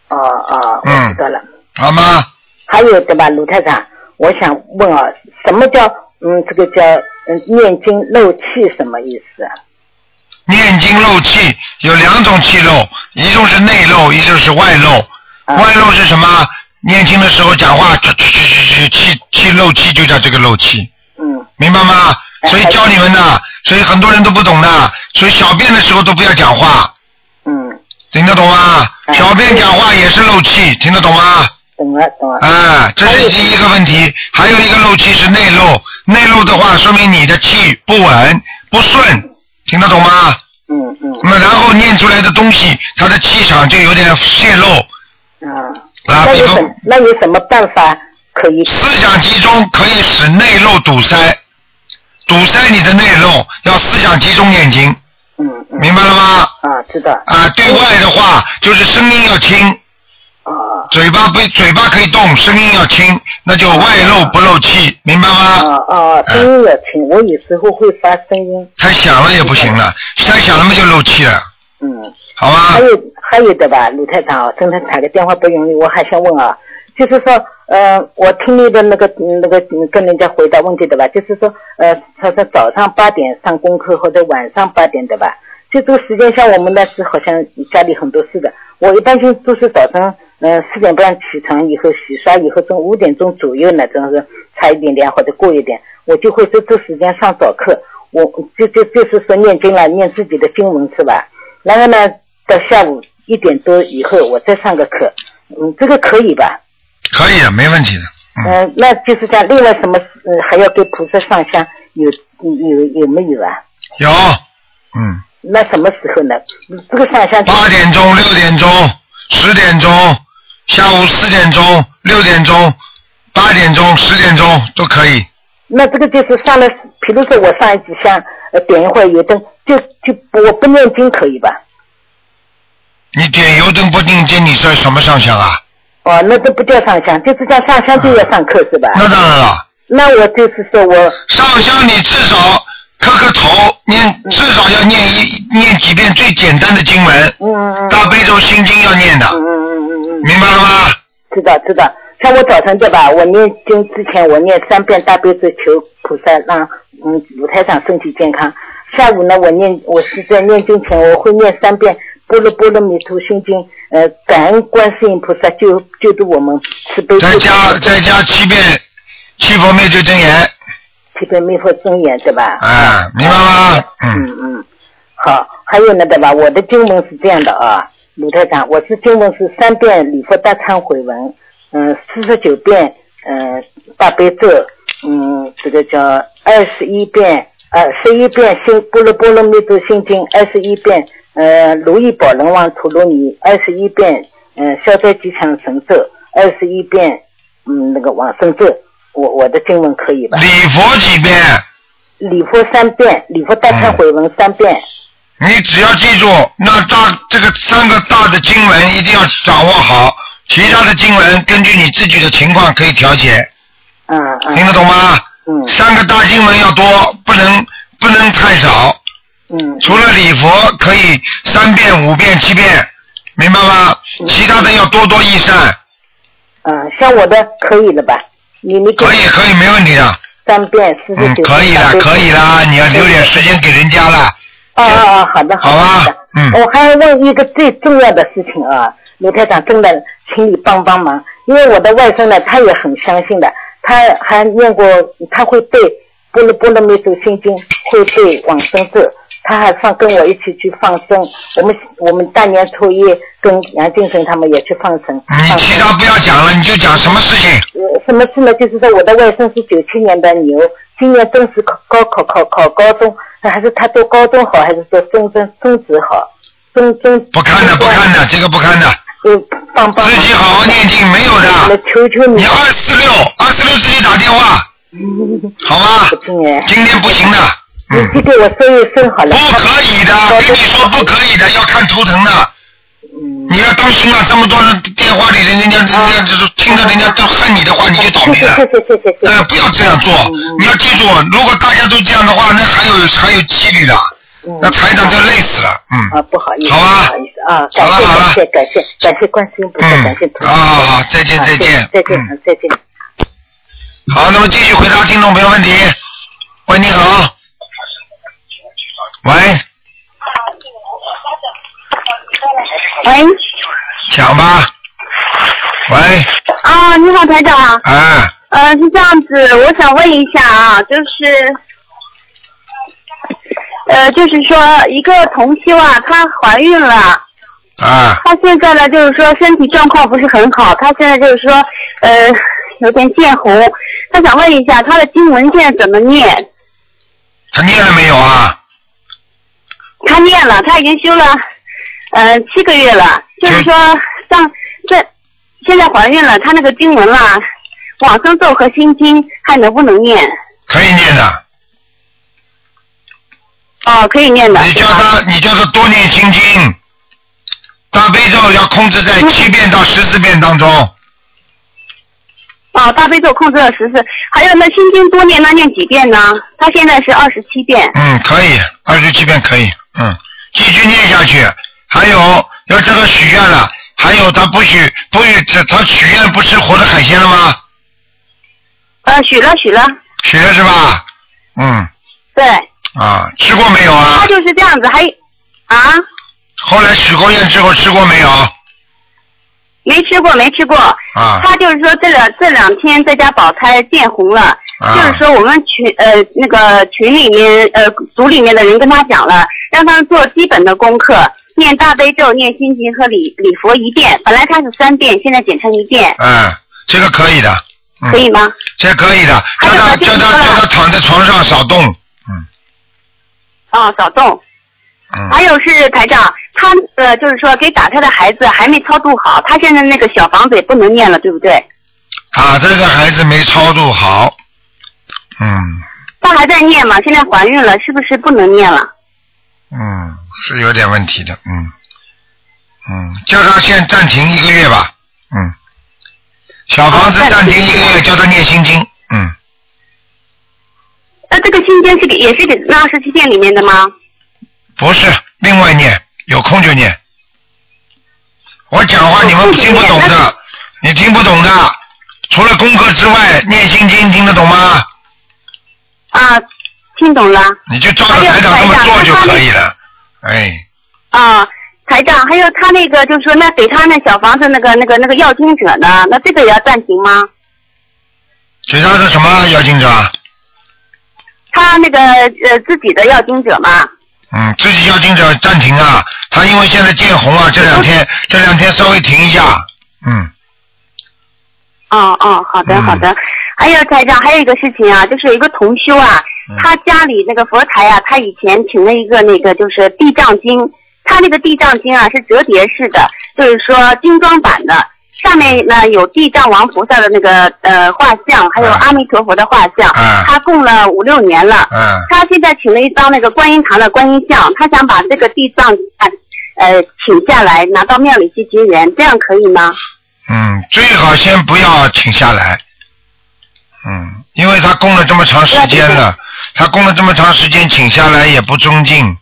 S6: 哦哦，我知道了。
S2: 好吗？
S6: 还有对吧，卢太长，我想问啊，什么叫嗯这个叫嗯念经漏气什么意思啊？
S2: 念经漏气有两种气漏，一种是内漏，一种是外漏。
S6: 啊
S2: 外漏是什么？念经的时候讲话，气气气气漏气就叫这个漏气，
S6: 嗯，
S2: 明白吗？
S6: 哎
S2: 所以教你们的，所以很多人都不懂的，所以小便的时候都不要讲话，
S6: 嗯，
S2: 听得懂吗？
S6: 哎
S2: 小便讲话也是漏气，听得懂吗？
S6: 懂了懂了。
S2: 啊，这是第一个问题，还有一个漏气是内漏，内漏的话说明你的气不稳不顺，听得懂吗？
S6: 嗯嗯
S2: 那么然后念出来的东西，它的气场就有点泄露
S6: 啊，
S2: 啊，
S6: 那
S2: 比
S6: 有什
S2: 方
S6: 么那有什么办法可以？
S2: 思想集中可以使内漏堵塞，堵塞你的内漏，要思想集中念经，
S6: 嗯嗯
S2: 明白了吗？
S6: 啊，知道
S2: 啊，对外的话就是声音要轻，
S6: 啊
S2: 嘴巴不嘴巴可以动，声音要轻，那就外漏不漏气，明白吗？
S6: 啊啊，声音也轻，我有时候会发声音。
S2: 太响了也不行了，太响了嘛就漏气了，
S6: 嗯，
S2: 好吧
S6: 还？有还有的吧，卢太长啊，真的打个电话不容易，我还想问啊，就是说，呃，我听你的那个那个嗯跟人家回答问题的吧，就是说，呃，他说早上八点上功课或者晚上八点的吧，就这个时间像我们那时好像家里很多事的，我一般性都是早上，呃，四点半起床以后洗刷以后，从五点钟左右呢，真是差一点点或者过一点，我就会这这时间上早课，我就就就是说念经了，啊念自己的经文是吧？然后呢，到下午一点多以后，我再上个课，嗯，这个可以吧？
S2: 可以的，没问题的。嗯，
S6: 嗯，那就是这样。另外什么，嗯，还要给菩萨上香，有有有没有啊？
S2: 有，嗯，
S6: 那什么时候呢？这个上香就
S2: 八点钟、六点钟、十点钟、下午四点钟、六点钟、八点钟、十点钟都可以。
S6: 那这个就是上了，比如说我上一几香，呃，点一会儿油灯，就就不我不念经可以吧？
S2: 你点油灯不定睛，你算什么上香啊？
S6: 哦，那都不叫上香，就是叫上香就要上课是吧？
S2: 那当然了，
S6: 那我就是说我
S2: 上香你至少磕磕头，念
S6: 嗯
S2: 至少要念一念几遍最简单的经文，
S6: 嗯嗯
S2: 大悲咒心经要念
S6: 嗯
S2: 的，
S6: 嗯嗯嗯，嗯，
S2: 明白了吗？
S6: 知道知道。像我早晨对吧？我念经之前，我念三遍大悲咒，求菩萨让嗯舞台上身体健康。下午呢，我念我是在念经前，我会念三遍般若波罗蜜多心经，呃，感恩观世音菩萨救救度我们，慈悲
S2: 再
S6: 救度我
S2: 加
S6: 们
S2: 再加七遍七佛灭罪真言，
S6: 慈悲灭佛真言，对吧？
S2: 哎，明白吗？嗯，
S6: 嗯，嗯，好，还有呢，对吧？我的经文是这样的啊，鲁台长，我是经文是三遍礼佛大忏悔文，嗯，四十九遍，嗯，大悲咒，嗯，这个叫二十一遍，呃，十一遍心波罗波罗蜜多心经，二十一遍，呃，如意宝轮王陀罗尼，二十一遍，嗯，消灾吉祥神咒，二十一遍，嗯，那个往生咒，我我的经文可以吧？
S2: 礼佛几遍，
S6: 礼佛三遍，礼佛大忏悔文三遍。
S2: 你只要记住那大这个三个大的经文一定要掌握好，其他的经文根据你自己的情况可以调节，
S6: 嗯嗯
S2: 听得懂吗？
S6: 嗯
S2: 三个大经文要多，不能不能太少。
S6: 嗯
S2: 除了礼佛可以三遍、五遍、七遍，明白吗？其他的要多多益善，
S6: 嗯，像我的可以了吧？你你给
S2: 可以可以没问题的，
S6: 三遍四
S2: 嗯
S6: 十九，
S2: 可以的可以的，你要留点时间给人家了，
S6: 哦哦哦，好的
S2: 好
S6: 的
S2: 吧
S6: 好的。
S2: 嗯
S6: 我还要问一个最重要的事情啊，卢台长，真的，请你帮帮忙，因为我的外甥呢，他也很相信的，他还念过，他会背《波罗波罗蜜多心经》，会背往生咒。他还放跟我一起去放生，我们我们大年初一跟杨敬生他们也去放生。
S2: 你
S6: 放
S2: 其
S6: 生
S2: 他不要讲了，你就讲什么事情。
S6: 呃，什么事呢？就是说我的外甥是九七年的牛，今年正式考高考考考高中，那还是他读高中好，还是说中中中职好？中中
S2: 不看的，不看的，这个不看的，
S6: 呃，帮帮
S2: 自己好好念经，没有
S6: 我
S2: 的。
S6: 求求你
S2: 你，二四六，二四六自己打电话，好吗
S6: 不？听哎，
S2: 今天不行的，
S6: 你
S2: 嗯
S6: 去，给我收一收好了。
S2: 不可以的，跟你说不可以的，要看图腾的。
S6: 嗯
S2: 你要当心啊！这么多人电话里人人家人家就是听着人家都恨你的话，你就倒
S6: 谢
S2: 霉
S6: 嗯谢
S2: 了。
S6: 谢谢谢谢谢
S2: 呃
S6: 谢，。
S2: 不要这样做，你要记住，如果大家都这样的话，那还有还有几率的，那台长就累死了。
S6: 啊，
S2: 嗯，
S6: 不好意思，
S2: 好吧
S6: 不好意思啊，
S2: 好
S6: 感谢
S2: 了好了
S6: 感谢感谢感谢观世音菩萨，
S2: 嗯
S6: 感谢菩萨。
S2: 啊好好再见
S6: 啊
S2: 再见
S6: 再见
S2: 嗯
S6: 再见。
S2: 好，那么继续回答听众朋友问题。喂，你好。喂，
S7: 喂，
S2: 讲吧。喂，
S7: 啊，你好，台长，
S2: 哎，
S7: 呃，是这样子，我想问一下啊，就是，呃，就是说一个同修啊，她怀孕了。
S2: 啊，
S7: 她现在呢，就是说身体状况不是很好，她现在就是说，呃，有点见红。她想问一下，她的经文现在怎么念？
S2: 他念了没有啊？
S7: 她念了，她已经修了，呃，七个月了。就是说，上这现在怀孕了，她那个经文啦，往生咒和心经还能不能念？
S2: 可以念的。
S7: 哦，可以念的。
S2: 你叫他，你叫他多念心经，大悲咒要控制在七遍到十四遍当中。
S7: 哦，大悲咒控制了十次，还有那心经多念，那念几遍呢？她现在是二十七遍。
S2: 嗯，可以，二十七遍可以，嗯，继续念下去。还有要这个许愿了，还有他不许不许他他许愿不吃活的海鲜了吗？
S7: 呃，许了许了，
S2: 许了是吧？嗯
S7: 对，
S2: 啊，吃过没有
S7: 她
S2: 啊？
S7: 就是这样子，还啊。
S2: 后来许过愿之后吃过没有？
S3: 没吃过，没吃过。
S2: 啊
S3: 他就是说这两这两天在家保胎见红了，
S2: 啊
S3: 就是说我们群呃那个群里面呃组里面的人跟他讲了，让他做基本的功课，念大悲咒、念心经和礼礼佛一遍。本来他是三遍，现在减成一遍，
S2: 嗯，这个可以的，嗯
S3: 可以吗？
S2: 这个可以的，
S3: 还
S2: 叫
S3: 有
S2: 他
S3: 呢就是
S2: 叫他
S3: 说
S2: 叫他躺在床上少动，嗯
S3: 啊，少动。
S2: 嗯，
S3: 还有是台长，他呃就是说给打胎的孩子还没超度好，他现在那个小房子也不能念了，对不对？
S2: 打啊这个孩子没超度好，嗯
S3: 他还在念嘛，现在怀孕了，是不是不能念了？
S2: 嗯，是有点问题的，嗯嗯，叫他先暂停一个月吧，嗯，小房子
S3: 哦
S2: 暂
S3: 暂
S2: 停
S3: 停
S2: 一个月，叫他念心经，嗯，
S3: 那这个心经是给也是给那二十七件里面的吗？
S2: 不是，另外念，有空就念。我讲话
S3: 有
S2: 你们
S3: 空就
S2: 听不
S3: 念
S2: 懂
S3: 那
S2: 的，你听不懂的，除了功课之外，念心经听得懂吗？
S3: 啊，听懂了
S2: 你就照着台长这么做就可以了。哎，
S3: 啊，台长，还有他那个就是说，那给他那小房子那个那个那个要经者呢，那这个也要暂停吗？
S2: 其他是什么要经者？
S3: 他那个呃自己的要经者嘛，
S2: 嗯，自己要经者暂停啊，他因为现在见红啊，这两天这两天稍微停一下，嗯，
S3: 哦哦，好的
S2: 嗯
S3: 好的。还有台长，还有一个事情啊，就是有一个同修啊
S2: 嗯，
S3: 他家里那个佛台啊，他以前请了一个那个就是地藏经，他那个地藏经啊是折叠式的，就是说精装版的，上面呢有地藏王菩萨的那个呃画像，还有
S2: 嗯
S3: 阿弥陀佛的画像，
S2: 嗯
S3: 他供了五六年了。
S2: 嗯，
S3: 他现在请了一张那个观音堂的观音像，他想把这个地藏啊呃请下来，拿到庙里去结缘，这样可以吗？
S2: 嗯，最好先不要请下来，嗯，因为他供了这么长时间了，他供了这么长时间，请下来也不尊敬，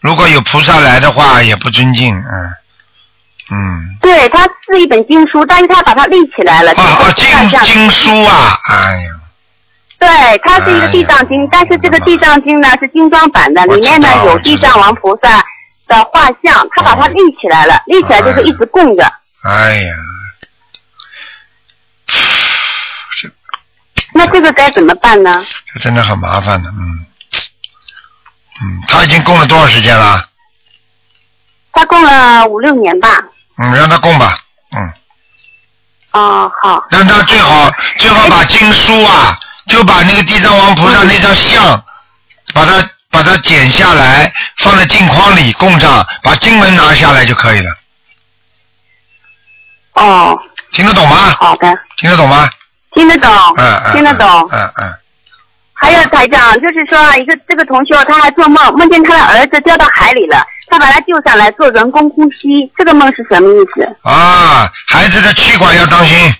S2: 如果有菩萨来的话也不尊敬，嗯，嗯，
S3: 对，它是一本经书，但是他把它立起来了，
S2: 啊啊，
S3: 就是像这
S2: 经
S3: 样。
S2: 经书啊，哎呀，
S3: 对，它是一个地藏经，
S2: 哎呀
S3: 但是这个地藏经呢是精装版的，
S2: 我知
S3: 里
S2: 道
S3: 面呢
S2: 我
S3: 有
S2: 知道
S3: 地藏王菩萨的画像，他把它立起来了，立起来就是一直供着。
S2: 哎呀，这
S3: 那这个该怎么办呢？
S2: 这真的很麻烦的，嗯，嗯，他已经供了多少时间了？
S3: 他供了五六年吧。
S2: 嗯，让他供吧，嗯，
S3: 哦，好，
S2: 让他最好最好把经书啊，就把那个地藏王菩萨那张像，把它把它剪下来，放在镜框里供上，把经文拿下来就可以了，
S3: 哦，
S2: 听得懂吗？
S3: 好的，
S2: 听得懂吗？
S3: 听得懂，
S2: 嗯嗯，
S3: 听得懂。
S2: 嗯嗯，
S3: 还有台长，就是说啊一个这个同学，他还做梦，梦见他的儿子掉到海里了，他把他救上来做人工呼吸，这个梦是什么意思？
S2: 嗯啊，孩子的气管要当心，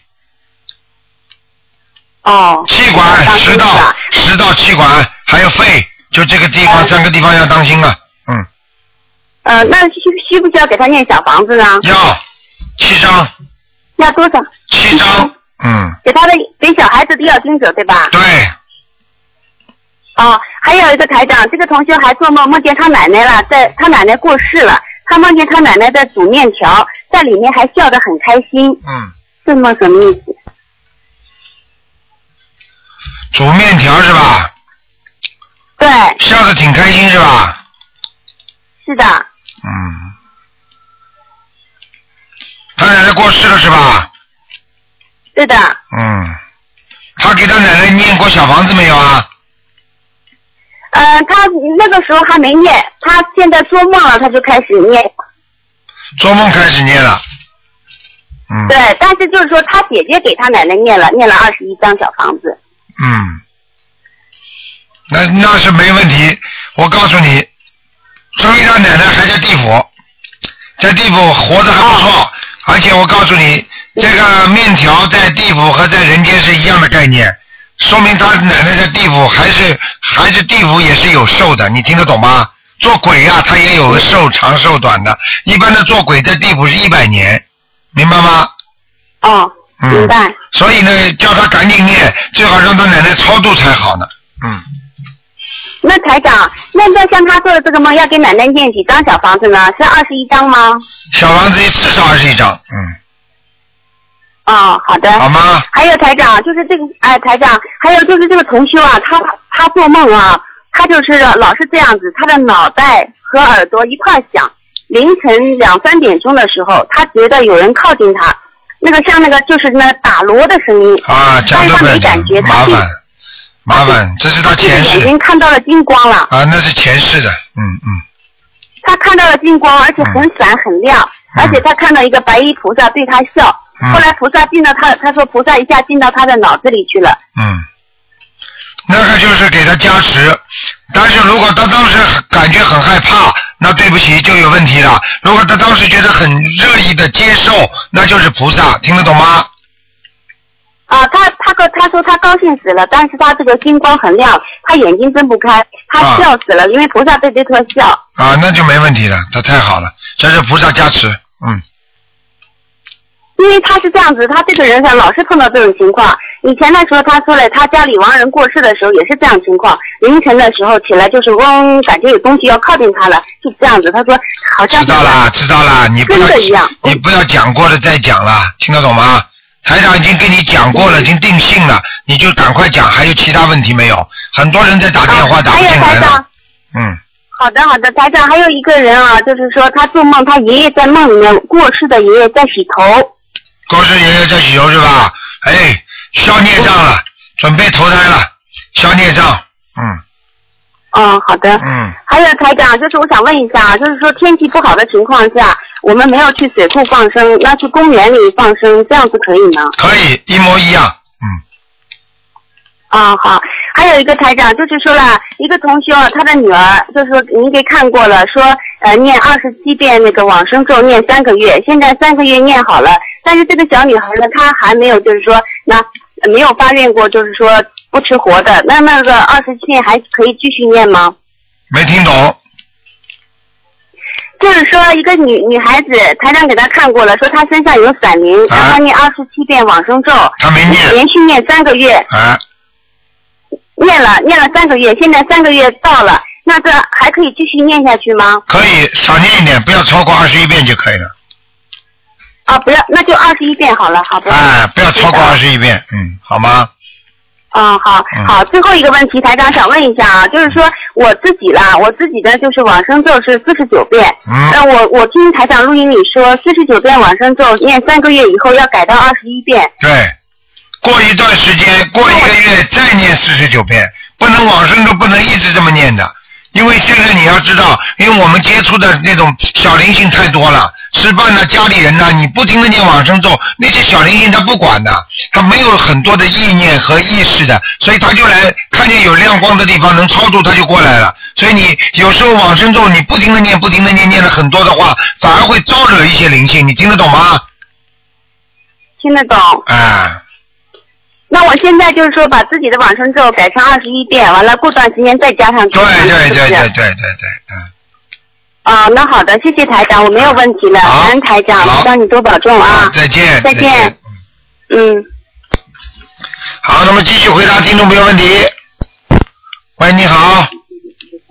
S3: 哦，
S2: 气管、
S3: 当心
S2: 食
S3: 是
S2: 道
S3: 吧、
S2: 食道、气管还有肺，就这个地方、
S3: 哎
S2: 三个地方要当心了，嗯。
S3: 呃，那需需不需要给他念小房子呢？
S2: 要七张，
S3: 要多少？
S2: 七张，嗯，
S3: 给他的给小孩子的要经者对吧？
S2: 对，
S3: 哦，还有一个台长，这个同学还做梦梦见他奶奶了，在他奶奶过世了，他梦见他奶奶在煮面条，在里面还笑得很开心，
S2: 嗯，
S3: 这梦什么意思？
S2: 煮面条是吧？
S3: 对，
S2: 笑得挺开心是吧？
S3: 是的，
S2: 嗯，他奶奶过世了是吧？
S3: 对的，
S2: 嗯，他给他奶奶念过小房子没有啊？
S3: 呃，他那个时候还没念，他现在做梦了，他就开始念。
S2: 嗯做梦开始念了，嗯，
S3: 对，但是就是说他姐姐给他奶奶念了，念了二十一张小房子。
S2: 嗯，那那是没问题。我告诉你，说明他奶奶还在地府，在地府活得还不
S3: 哦
S2: 错。而且我告诉你，这个面条在地府和在人间是一样的概念，说明他奶奶在地府还是还是地府也是有寿的，你听得懂吗？做鬼啊，他也有个寿长寿短的，一般的做鬼在地府是一百年，明白吗？
S3: 哦，
S2: 嗯
S3: 明白。
S2: 所以呢，叫他赶紧念，最好让他奶奶超度才好呢。嗯，
S3: 那台长，那那像他做的这个梦，要给奶奶念几张小房子呢？是二十一张吗？
S2: 小房子至少二十一张。嗯，
S3: 哦，好的。
S2: 好吗？
S3: 还有台长，就是这个，哎，台长，还有就是这个同修啊，他他做梦啊，他就是老是这样子，他的脑袋和耳朵一块响。凌晨两三点钟的时候，他觉得有人靠近他，那个像那个就是那打锣的声音，
S2: 啊，讲都不要讲
S3: 但是他没感觉，
S2: 麻
S3: 他
S2: 烦，麻烦，这是他
S3: 就是眼
S2: 前世
S3: 睛看到了金光了，
S2: 啊，那是前世的，嗯嗯，
S3: 他看到了金光，而且很闪很亮，
S2: 嗯
S3: 而且他看到一个白衣菩萨对他笑。
S2: 嗯
S3: 后来菩萨进到他，他说菩萨一下进到他的脑子里去了。
S2: 嗯，那个就是给他加持，但是如果他当时感觉很害怕，那对不起就有问题了。如果他当时觉得很热意的接受，那就是菩萨，听得懂吗？
S3: 啊，他他跟他说他高兴死了，但是他这个金光很亮，他眼睛睁不开，
S2: 啊
S3: 他笑死了，因为菩萨对着他笑。
S2: 啊，那就没问题了，这太好了，这是菩萨加持，嗯
S3: 因为他是这样子，他这个人上老是碰到这种情况。以前的时候，他说了，他家里亡人过世的时候也是这样情况，凌晨的时候起来就是嗡，感觉有东西要靠近他了，就这样子。他说好像是
S2: 知道啦，啊知道啦，你不要
S3: 真嗯的一样
S2: 你不要讲过了再讲了，听得懂吗？台长已经跟你讲过
S3: 嗯
S2: 了，已经定性了，你就赶快讲。还有其他问题没有？很多人在打电话
S3: 啊
S2: 打
S3: 还
S2: 不
S3: 有
S2: 进来
S3: 台
S2: 了
S3: 长，，
S2: 嗯，
S3: 好的好的，台长，还有一个人啊，就是说他做梦，他爷爷在梦里面过世的爷爷在洗头。
S2: 高师爷爷在洗头是吧？哎，消孽障了，准备投胎了，消孽障，嗯
S3: 嗯，好的。
S2: 嗯，
S3: 还有台长，就是我想问一下，啊就是说天气不好的情况下，我们没有去水库放生，那去公园里放生，这样子可以吗？
S2: 可以一模一样，嗯，
S3: 啊、好，还有一个台长，就是说了一个同学，他的女儿，就是说您给看过了，说呃念二十七遍那个往生咒念三个月，现在三个月念好了，但是这个小女孩呢，她还没有就是说那呃没有发愿过，就是说不吃活的，那那个二十七遍还可以继续念吗？
S2: 没听懂，
S3: 就是说，一个女女孩子，台长给她看过了，说她身上有散灵，
S2: 啊
S3: 让她念二十七遍往生咒，
S2: 他没念，
S3: 连续嗯念三个月，
S2: 哎，
S3: 念了念了三个月，现在三个月到了，那这还可以继续念下去吗？
S2: 可以少念一点，不要超过二十一遍就可以了，
S3: 啊，不要，那就二十一遍好了，好不？
S2: 哎，不要超过二
S3: 十。
S2: 十一遍，嗯，好吗？
S3: 嗯，好
S2: 嗯
S3: 好，最后一个问题，台长想问一下啊，就是说我自己啦，我自己的就是往生咒是四十九遍，
S2: 嗯，
S3: 那我我听台长录音里说，四十九遍往生咒念三个月以后要改到二十一遍，
S2: 对，过一段时间，过一个月再念四十九遍，不能往生都不能一直这么念的，因为现在你要知道，因为我们接触的那种小灵性太多了，吃饭呢、家里人呢，你不停的念往生咒，那些小灵性他不管的，他没有很多的意念和意识的，所以他就来看见有亮光的地方能超度，他就过来了。所以你有时候往生咒你不停的念、不停的念，念了很多的话，反而会招惹一些灵性，你听得懂吗？
S3: 听得懂？
S2: 哎、
S3: 那我现在就是说，把自己的往生咒改成二十一遍，完了过段时间再加上
S2: 对对对对
S3: 是不是
S2: 对对对，嗯，
S3: 啊、那好的，谢谢台长，我没有问题了，
S2: 好
S3: 感恩台长，
S2: 好
S3: 希望你多保重啊。
S2: 再见，
S3: 再见
S2: 嗯
S3: 嗯，
S2: 好，那么继续回答听众朋友问题。喂，你好，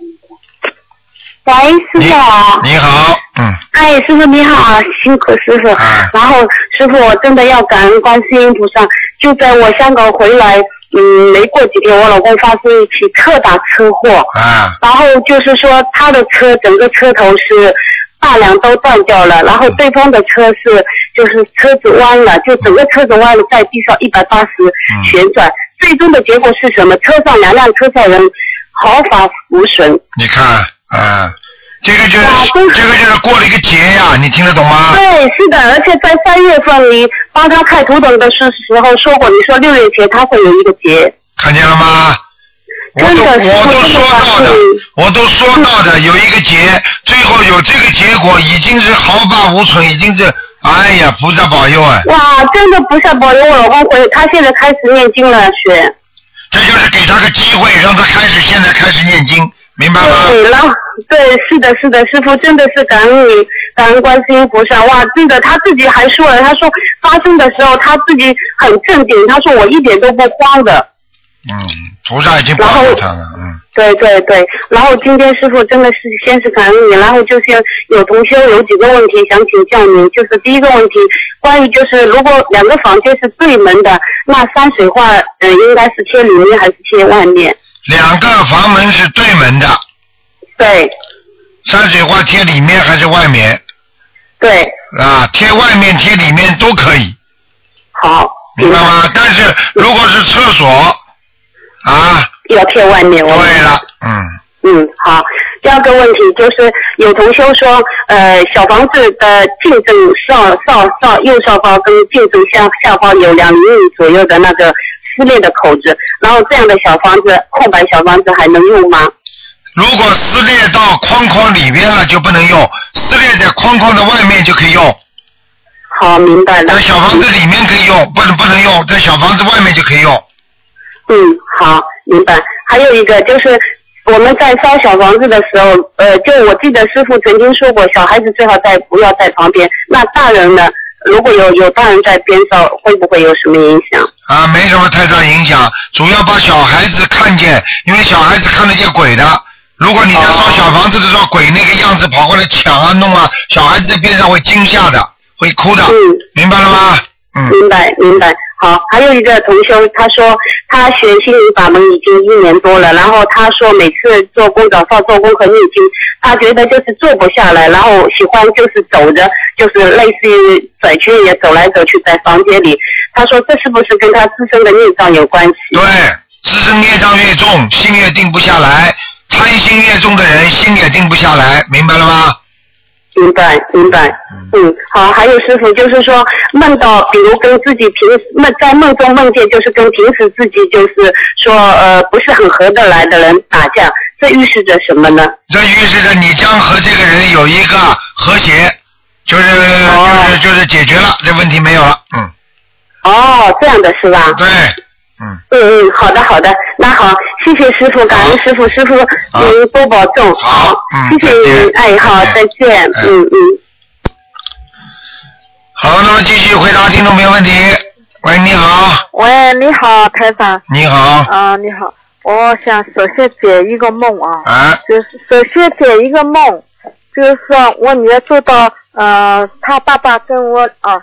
S3: 喂，师
S2: 你
S3: 傅好，
S2: 你好，嗯，
S3: 哎，师傅你好，辛苦师傅。
S2: 哎
S3: 然后师傅，我真的要感恩观世音菩萨，就在我香港回来，嗯，没过几天，我老公发生一起特大车祸，
S2: 啊，
S3: 然后就是说他的车整个车头是大梁都断掉了，然后对方的车是就是车子弯了，就整个车子弯了，在地
S2: 嗯
S3: 上一百八十旋转，最终的结果是什么？车上两辆车上人毫发无损。
S2: 你看，啊，这个就是
S3: 啊都是
S2: 这个就是过了一个节呀、你听得懂吗？
S3: 对，是的，而且在三月份你帮他看图腾的时时候说过，你说六月节他会有一个节。
S2: 看见了吗？我
S3: 真
S2: 都
S3: 的是
S2: 我都说到的
S3: 嗯，
S2: 我都说到的，有一个结，最后有这个结果，已经是毫发无损，已经是，哎呀，菩萨保佑啊！
S3: 哇，真的不是保佑我老公回，他现在开始念经了，学。
S2: 这就是给他个机会，让他开始现在开始念经，明白吗？
S3: 对，然后对，是的，是的，师傅真的是感恩你，感恩观世音菩萨。哇，真的，他自己还说了，他说发生的时候他自己很正经，他说我一点都不慌的。
S2: 嗯，菩萨已经保
S1: 然
S2: 护
S1: 后
S2: 他了，嗯，
S1: 对对对，然后今天师傅真的是先是感恩你，然后就是有同学有几个问题想请教您，就是第一个问题，关于就是如果两个房间是对门的，那山水画呃应该是贴里面还是贴外面？
S2: 两个房门是对门的，
S1: 对
S2: 山水画贴里面还是外面
S1: 对，
S2: 啊？贴外面贴里面都可以，
S8: 啊
S1: 好，
S2: 明白
S1: 白
S2: 吗？但是如果是厕所啊，
S1: 要贴外面，我
S2: 对了，嗯，
S1: 嗯，好。第二个问题就是有同修说，呃，小房子的净正上上上右上方跟净正下下方有两厘米左右的那个撕裂的口子，然后这样的小房子空白小房子还能用吗？
S2: 如果撕裂到框框里边了就不能用，撕裂在框框的外面就可以用，
S1: 好，明白了
S2: 在。小房子里面可以用，不能不能用，在小房子外面就可以用。
S1: 嗯，好，明白。还有一个就是我们在烧小房子的时候，呃，就我记得师傅曾经说过，小孩子最好在不要在旁边。那大人呢？如果有有大人在边上，会不会有什么影响？
S2: 啊，没什么太大影响，主要把小孩子看见，因为小孩子看得见鬼的。如果你在烧小房子的时候，鬼那个样子跑过来抢啊弄啊，小孩子在边上会惊吓的，会哭的，
S1: 嗯。
S2: 明白了吗？嗯，
S1: 明白明白，好。还有一个同修，他说他学心灵法门已经一年多了，然后他说每次做工早上做功课念经，他觉得就是坐不下来，然后喜欢就是走着，就是类似于转圈也走来走去在房间里。他说这是不是跟他自身的业障有关系？
S2: 对，自身业障越重，心越定不下来；贪心越重的人，心也定不下来，明白了吗？
S1: 明白，明白。嗯，好。还有师傅，就是说梦到，比如跟自己平梦在梦中梦见，就是跟平时自己就是说呃不是很合得来的人打架，这预示着什么呢？
S2: 这预示着你将和这个人有一个和谐，就是就是就是解决了这问题没有了，嗯，
S1: 哦，这样的是吧？
S2: 对，嗯。
S1: 嗯嗯，好的好的，那好，谢谢师傅，感恩师傅，师傅您多保重。
S2: 好嗯
S1: 谢谢
S2: 再
S1: 您
S2: 见，
S1: 哎，好，
S2: 再
S1: 再见，
S2: 哎
S1: 嗯嗯。
S2: 好，那么继续回答听众朋友问题。喂，你好，
S5: 喂，你好，台长。
S2: 你好，
S5: 啊、你好，我想首先解一个梦啊。
S2: 哎，
S5: 就是首先解一个梦，就是说我女儿做到，呃，她爸爸跟我啊，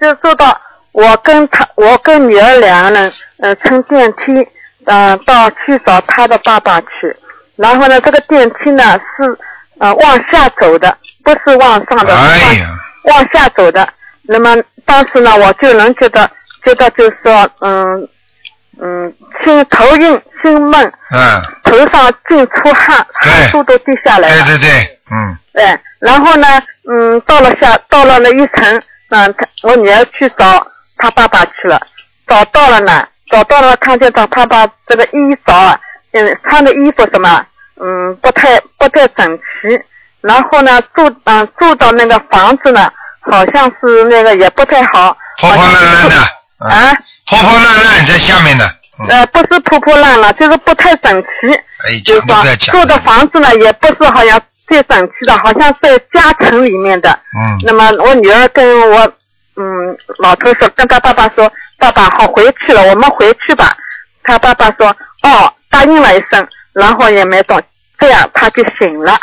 S5: 就做到我跟她，我跟女儿两个人，呃，乘电梯，呃，到去找她的爸爸去。然后呢，这个电梯呢是呃往下走的，不是往上的，
S2: 哎
S5: 往
S2: 呀，
S5: 往下走的。那么当时呢，我就能觉得，觉得就是说，嗯嗯，心头晕、心闷，
S2: 嗯，
S5: 头上净出汗，
S2: 对
S5: 汗珠都滴下来
S2: 对
S5: 了。
S2: 对对，嗯，
S5: 哎，然后呢，嗯，到了下，到了那一层，嗯，他我女儿去找她爸爸去了，找到了呢，找到了，看见找他爸这个衣着啊，嗯，穿的衣服什么，嗯，不太不太整齐。然后呢，住嗯住到那个房子呢，好像是那个也不太好，
S2: 破破烂烂的，嗯，
S5: 啊，
S2: 破破烂烂在下面的，嗯，
S5: 呃，不是破破烂了，就是不太整齐。
S2: 哎，
S5: 就
S2: 讲
S5: 是
S2: 都
S5: 说住
S2: 不要讲
S5: 的
S2: 了，
S5: 房子呢，也不是好像最整齐的，好像在家城里面的。
S2: 嗯，
S5: 那么我女儿跟我嗯老头说，跟他爸爸说，爸爸好回去了，我们回去吧。他爸爸说，哦，答应了一声，然后也没动，这样他就醒了，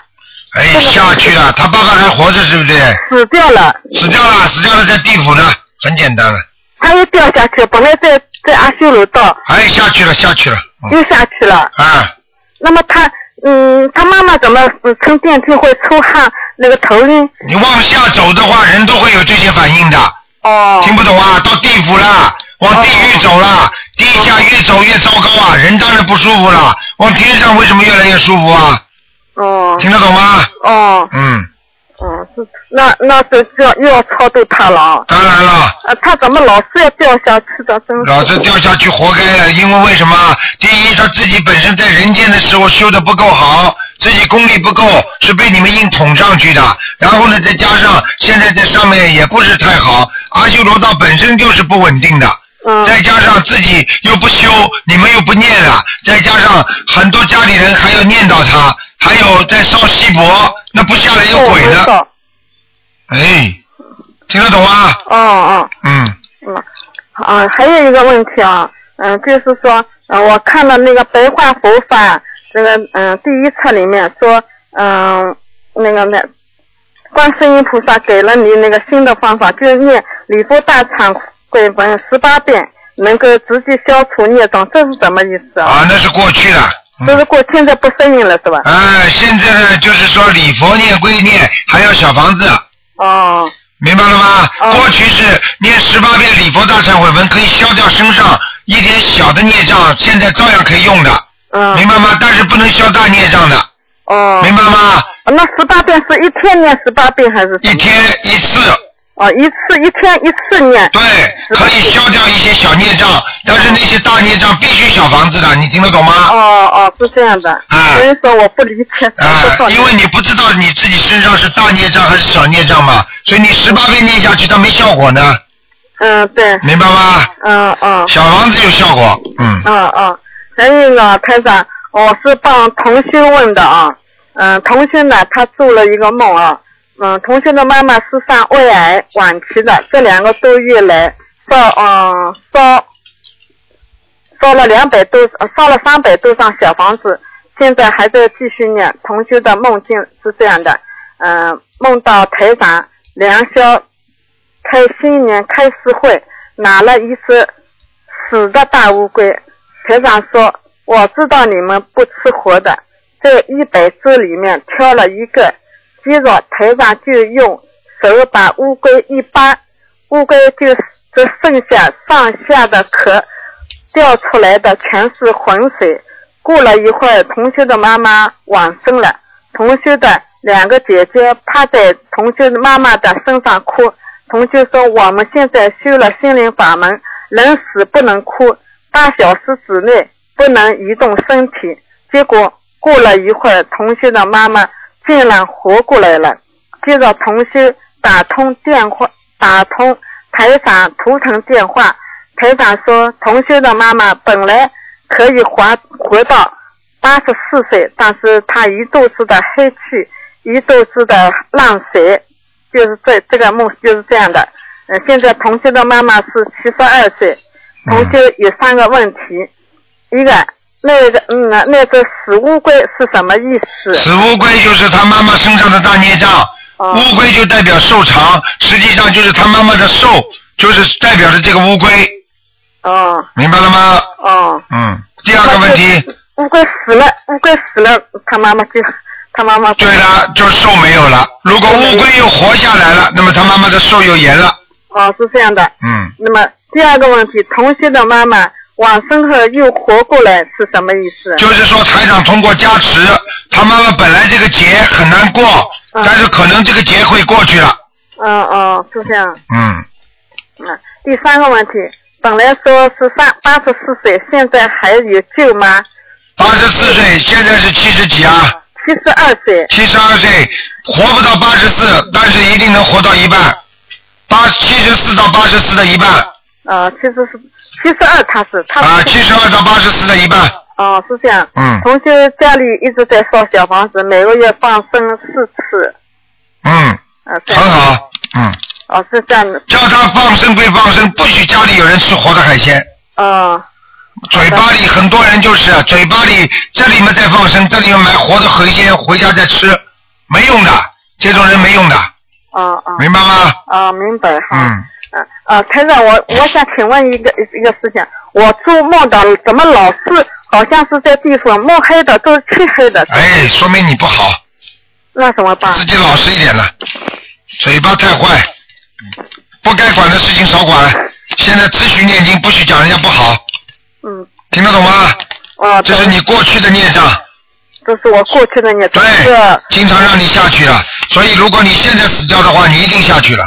S2: 哎，下去了，他爸爸还活着是不是？
S5: 死掉了。
S2: 死掉了，死掉了，在地府呢，很简单了，
S5: 他又掉下去，本来在在阿修罗道，
S2: 哎，下去了，下去了，嗯，
S5: 又下去了。
S2: 啊，
S5: 那么他嗯，他妈妈怎么嗯乘电梯会出汗，那个头晕？
S2: 你往下走的话，人都会有这些反应的，
S5: 哦，
S2: 听不懂啊？到地府了，往地狱走了，地下越走越糟糕啊，人当然不舒服了。往天上为什么越来越舒服啊？
S5: 哦
S2: 听得懂吗？
S5: 哦。
S2: 嗯，
S5: 哦，是那那就就又要超度他了啊！
S2: 当然了，
S5: 呃，他怎么老是要掉下去的？真是
S2: 老子掉下去活该了，因为为什么？第一，他自己本身在人间的时候修的不够好，自己功力不够，是被你们硬捅上去的。然后呢，再加上现在在上面也不是太好，阿修罗道本身就是不稳定的。
S5: 嗯
S2: 再加上自己又不修，你们又不念了，再加上很多家里人还要念叨他，还有在烧锡箔，那不下来有鬼的，
S5: 哦
S2: 哎，听得懂吗？
S5: 哦哦
S2: 嗯，
S5: 嗯啊，还有一个问题啊，嗯，就是说，嗯，我看了那个《白话佛法》这个嗯第一册里面说，嗯，那个那观世音菩萨给了你那个新的方法，就是念礼佛大忏悔文十八遍，能够直接消除孽障，这是什么意思啊？
S2: 啊，那是过去的。嗯
S5: 这是过现在不适应了是吧？
S2: 哎，现在呢，就是说礼佛念归念，还要小房子，
S5: 哦
S2: 明白了吗？
S5: 哦
S2: 过去是念十八遍礼佛大忏悔文，可以消掉身上一点小的孽障，现在照样可以用的，
S5: 嗯
S2: 明白吗？但是不能消大孽障的，
S5: 哦，
S2: 明白吗？
S5: 那十八遍是一天念十八遍还是什
S2: 一
S5: 么？
S2: 天一次，
S5: 哦，一次一天一次念。
S2: 对，可以消掉一些小孽障，但是那些大孽障必须小房子的，你听得懂吗？
S5: 哦哦，是这样的。
S2: 啊
S5: 所以说我不理解。
S2: 啊
S5: 不、懂
S2: 因为你不知道你自己身上是大孽障还是小孽障嘛，所以你十八遍念下去，它没效果呢，
S5: 嗯对，
S2: 明白吗？
S5: 嗯嗯
S2: 小房子有效果，嗯，
S5: 嗯嗯。还有呢，台长，我是帮同学问的啊。嗯，同学呢，他做了一个梦啊。嗯，同学的妈妈是上胃癌晚期的，这两个多月来烧嗯烧烧了两百多，呃烧了三百多张小房子，现在还在继续念。同学的梦境是这样的，嗯、梦到台长梁霄开新年开市会，拿了一只死的大乌龟。台长说：“我知道你们不吃活的，这一百只里面挑了一个。”接着台长就用手把乌龟一扒，乌龟就只剩下上下的壳，掉出来的全是浑水。过了一会儿，同学的妈妈往生了，同学的两个姐姐趴在同学的妈妈的身上哭。同学说：“我们现在修了心灵法门，人死不能哭，八小时之内不能移动身体。”结果过了一会儿，同学的妈妈竟然活过来了。接着，同学打通电话，打通台长图腾电话。台长说，同学的妈妈本来可以活活到八十四岁，但是她一肚子的黑气，一肚子的烂水，就是这这个梦就是这样的。呃，现在同学的妈妈是七十二岁，同
S2: 嗯
S5: 学有三个问题，一个那个嗯那个死乌龟是什么意思？
S2: 死乌龟就是他妈妈身上的大孽障，
S5: 哦
S2: 乌龟就代表寿长，实际上就是他妈妈的寿，就是代表着这个乌龟，
S5: 哦
S2: 明白了吗？
S5: 哦，
S2: 嗯，第二个问题，
S5: 乌龟死了，乌龟死了，他妈妈就他妈妈
S2: 对了，就寿没有了。如果乌龟又活下来了，那么他妈妈的寿又延了。
S5: 哦是这样的。
S2: 嗯，
S5: 那么第二个问题，同学的妈妈往生后又活过来是什么意思？
S2: 就是说台长通过加持，他妈妈本来这个劫很难过，
S5: 嗯
S2: 但是可能这个劫会过去了。
S5: 嗯嗯，是这样。
S2: 嗯，
S5: 嗯，第三个问题，本来说是三八十四岁，现在还有救吗？
S2: 八十四岁，现在是七十几啊，
S5: 七十二岁，
S2: 七十二岁，活不到八十四，但是一定能活到一半，八七十四到八十四的一半
S5: 呃，其实是七十二，他是他
S2: 啊，
S5: 是
S2: 七十二到八十四的一半。
S5: 哦，是这样。
S2: 嗯
S5: 同学家里一直在烧小房子，每个月放生四次，
S2: 嗯，
S5: 呃，这
S2: 很
S5: 样。
S2: 好。嗯，
S5: 哦，是这样的，
S2: 叫他放生归放生，不许家里有人吃活的海鲜。
S5: 呃，
S2: 嘴巴里很多人就是啊嘴巴里这里面在放生，这里面买活的海鲜回家再吃，没用的，这种人没用的，
S5: 哦哦，
S2: 明白吗？
S5: 啊，明白哈。
S2: 嗯，
S5: 嗯，啊，台长，我我想请问一个一个事情，我做梦的怎么老是好像是在地府摸黑的，都是漆黑的，
S2: 哎，说明你不好，
S5: 那怎么办？
S2: 自己老实一点了，嘴巴太坏，不该管的事情少管。现在只许念经，不许讲人家不好，
S5: 嗯，
S2: 听得懂吗？
S5: 哦，
S2: 这是你过去的孽障，
S5: 这是我过去的孽，这
S2: 对
S5: 是，
S2: 经常让你下去了。所以如果你现在死掉的话，你一定下去了，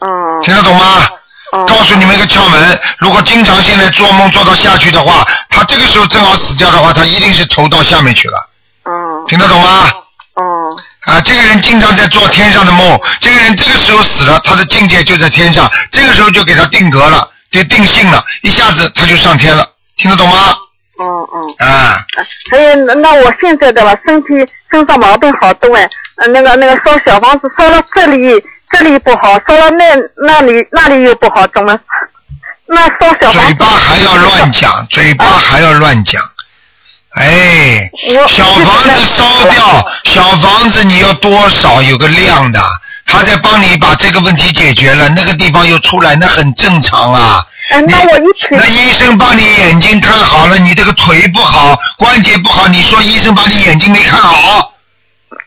S5: 嗯
S2: 听得懂吗？
S5: 嗯
S2: 告诉你们一个窍门，如果经常现在做梦做到下去的话，他这个时候正好死掉的话，他一定是投到下面去了，
S5: 嗯
S2: 听得懂吗？
S5: 嗯
S2: 啊，这个人经常在做天上的梦，这个人这个时候死了，他的境界就在天上，这个时候就给他定格了，就定性了，一下子他就上天了，听得懂吗？
S5: 嗯嗯，
S2: 啊，
S5: 还有那哎那我现在的吧，身体身上毛病好多哎，呃那个那个烧小房子烧了这里这里不好，烧了那那里那里又不好，怎么那烧小
S2: 嘴
S5: 房子
S2: 巴还要乱讲，嘴巴还要乱讲。哎，
S5: 啊我
S2: 小房子烧掉，小房子你要多少有个量的，他在帮你把这个问题解决了，那个地方又出来，那很正常啊。
S5: 哎，那我一腿
S2: 那医生帮你眼睛看好了，你这个腿不好，关节不好，你说医生把你眼睛没看好，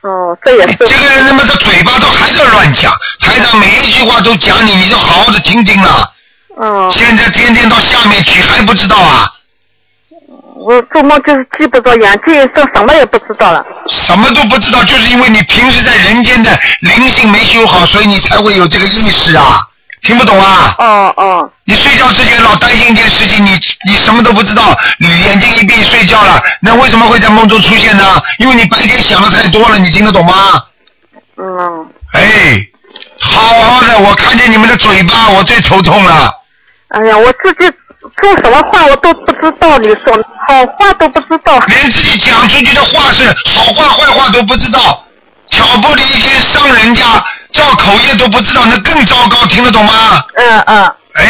S5: 哦，这也是
S2: 这个人他妈的嘴巴都还在乱讲，台长每一句话都讲你，你就好好的听听了。
S5: 嗯，
S2: 现在天天到下面去还不知道啊？
S5: 我做梦就是记不着眼，这一生什么也不知道了。
S2: 什么都不知道，就是因为你平时在人间的灵性没修好，所以你才会有这个意识啊。听不懂啊？
S5: 哦哦，
S2: 你睡觉之前老担心一件事情，你你什么都不知道，你眼睛一闭睡觉了，那为什么会在梦中出现呢？因为你白天想的太多了，你听得懂吗？
S5: 嗯，
S2: 哎，好好的，我看见你们的嘴巴，我最头痛了。
S5: 哎呀，我自己说什么话我都不知道，你说好话都不知道。
S2: 连自己讲出去的话是好话坏话都不知道，挑拨离间伤人家，造口业都不知道，那更糟糕，听得懂吗？
S5: 嗯嗯，
S2: 哎，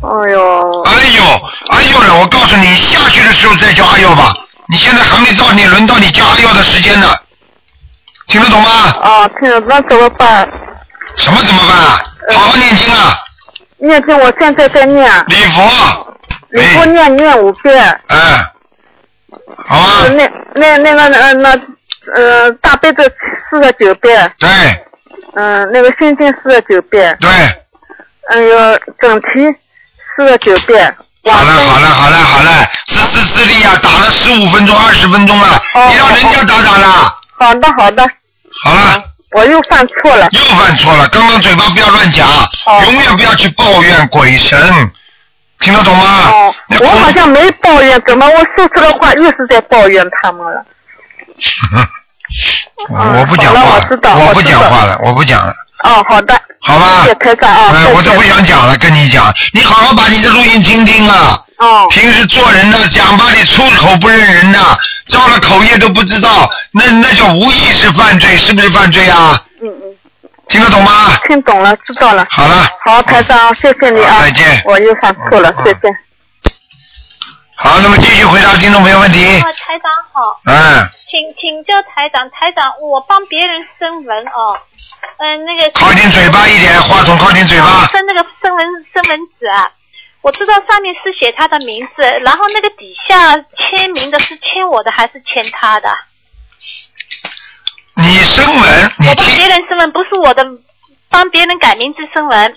S5: 哎呦，
S2: 哎呦，哎呦了，我告诉你，下去的时候再叫哎呦吧，你现在还没到你轮到你叫哎呦的时间呢，听得懂吗？
S5: 哦，天啊，那怎么办？呃
S2: 什么怎么办啊？好好念经啊，
S5: 念经，我现在在念，
S2: 礼佛，
S5: 你给我念念五遍，呃
S2: 哎，好啊吧，
S5: 那那那个呃那呃大悲咒四十九遍，
S2: 对
S5: 嗯、那个心经四十九遍，
S2: 对，
S5: 哎呦，整齐四十九遍，
S2: 好
S5: 往
S2: 了
S5: 生
S2: 好了好了好了，自私自利啊，打了十五分钟二十分钟了，
S5: 哦
S2: 你让人家打打了，
S5: 好的好的，
S2: 好了。
S5: 我又犯错了，
S2: 又犯错了，刚刚嘴巴不要乱讲，
S5: 哦
S2: 永远不要去抱怨鬼神，听得懂吗？
S5: 哦，
S2: 那
S5: 我
S2: 空
S5: 好像没抱怨，怎么我说出的话又是在抱怨他们了？
S2: 我我不讲
S5: 啊好
S2: 话
S5: 了我知道
S2: 我不
S5: 我知
S2: 讲
S5: 道
S2: 话了，我不讲了，
S5: 哦，好的，
S2: 好吧
S5: 谢谢？台长啊，
S2: 哎，
S5: 谢
S2: 我
S5: 谢
S2: 都不想讲了，跟你讲，你好好把你的录音听听啊。
S5: 哦
S2: 平时做人呢，讲话里出口不认人呐、造了口业都不知道，那那叫无意识犯罪，是不是犯罪啊？
S5: 嗯嗯，
S2: 听得懂吗？
S5: 听懂了，知道了。
S2: 好了，嗯
S5: 好，台长，谢谢你啊！
S2: 好再见
S5: 我又犯错了
S2: 嗯，嗯
S5: 再见。
S2: 好，那么继续回答听众朋友问题。
S9: 啊，台长好，
S2: 嗯，
S9: 请请教台长，台长，我帮别人升文哦，嗯，那个
S2: 靠近嘴巴一点，话筒靠近嘴巴。
S9: 升那个升文升文纸啊，我知道上面是写他的名字，然后那个底下签名的是签我的还是签他的？
S2: 你声纹，你
S9: 我帮别
S2: 听，
S9: 人升文，不是我的，帮别人改名字升文。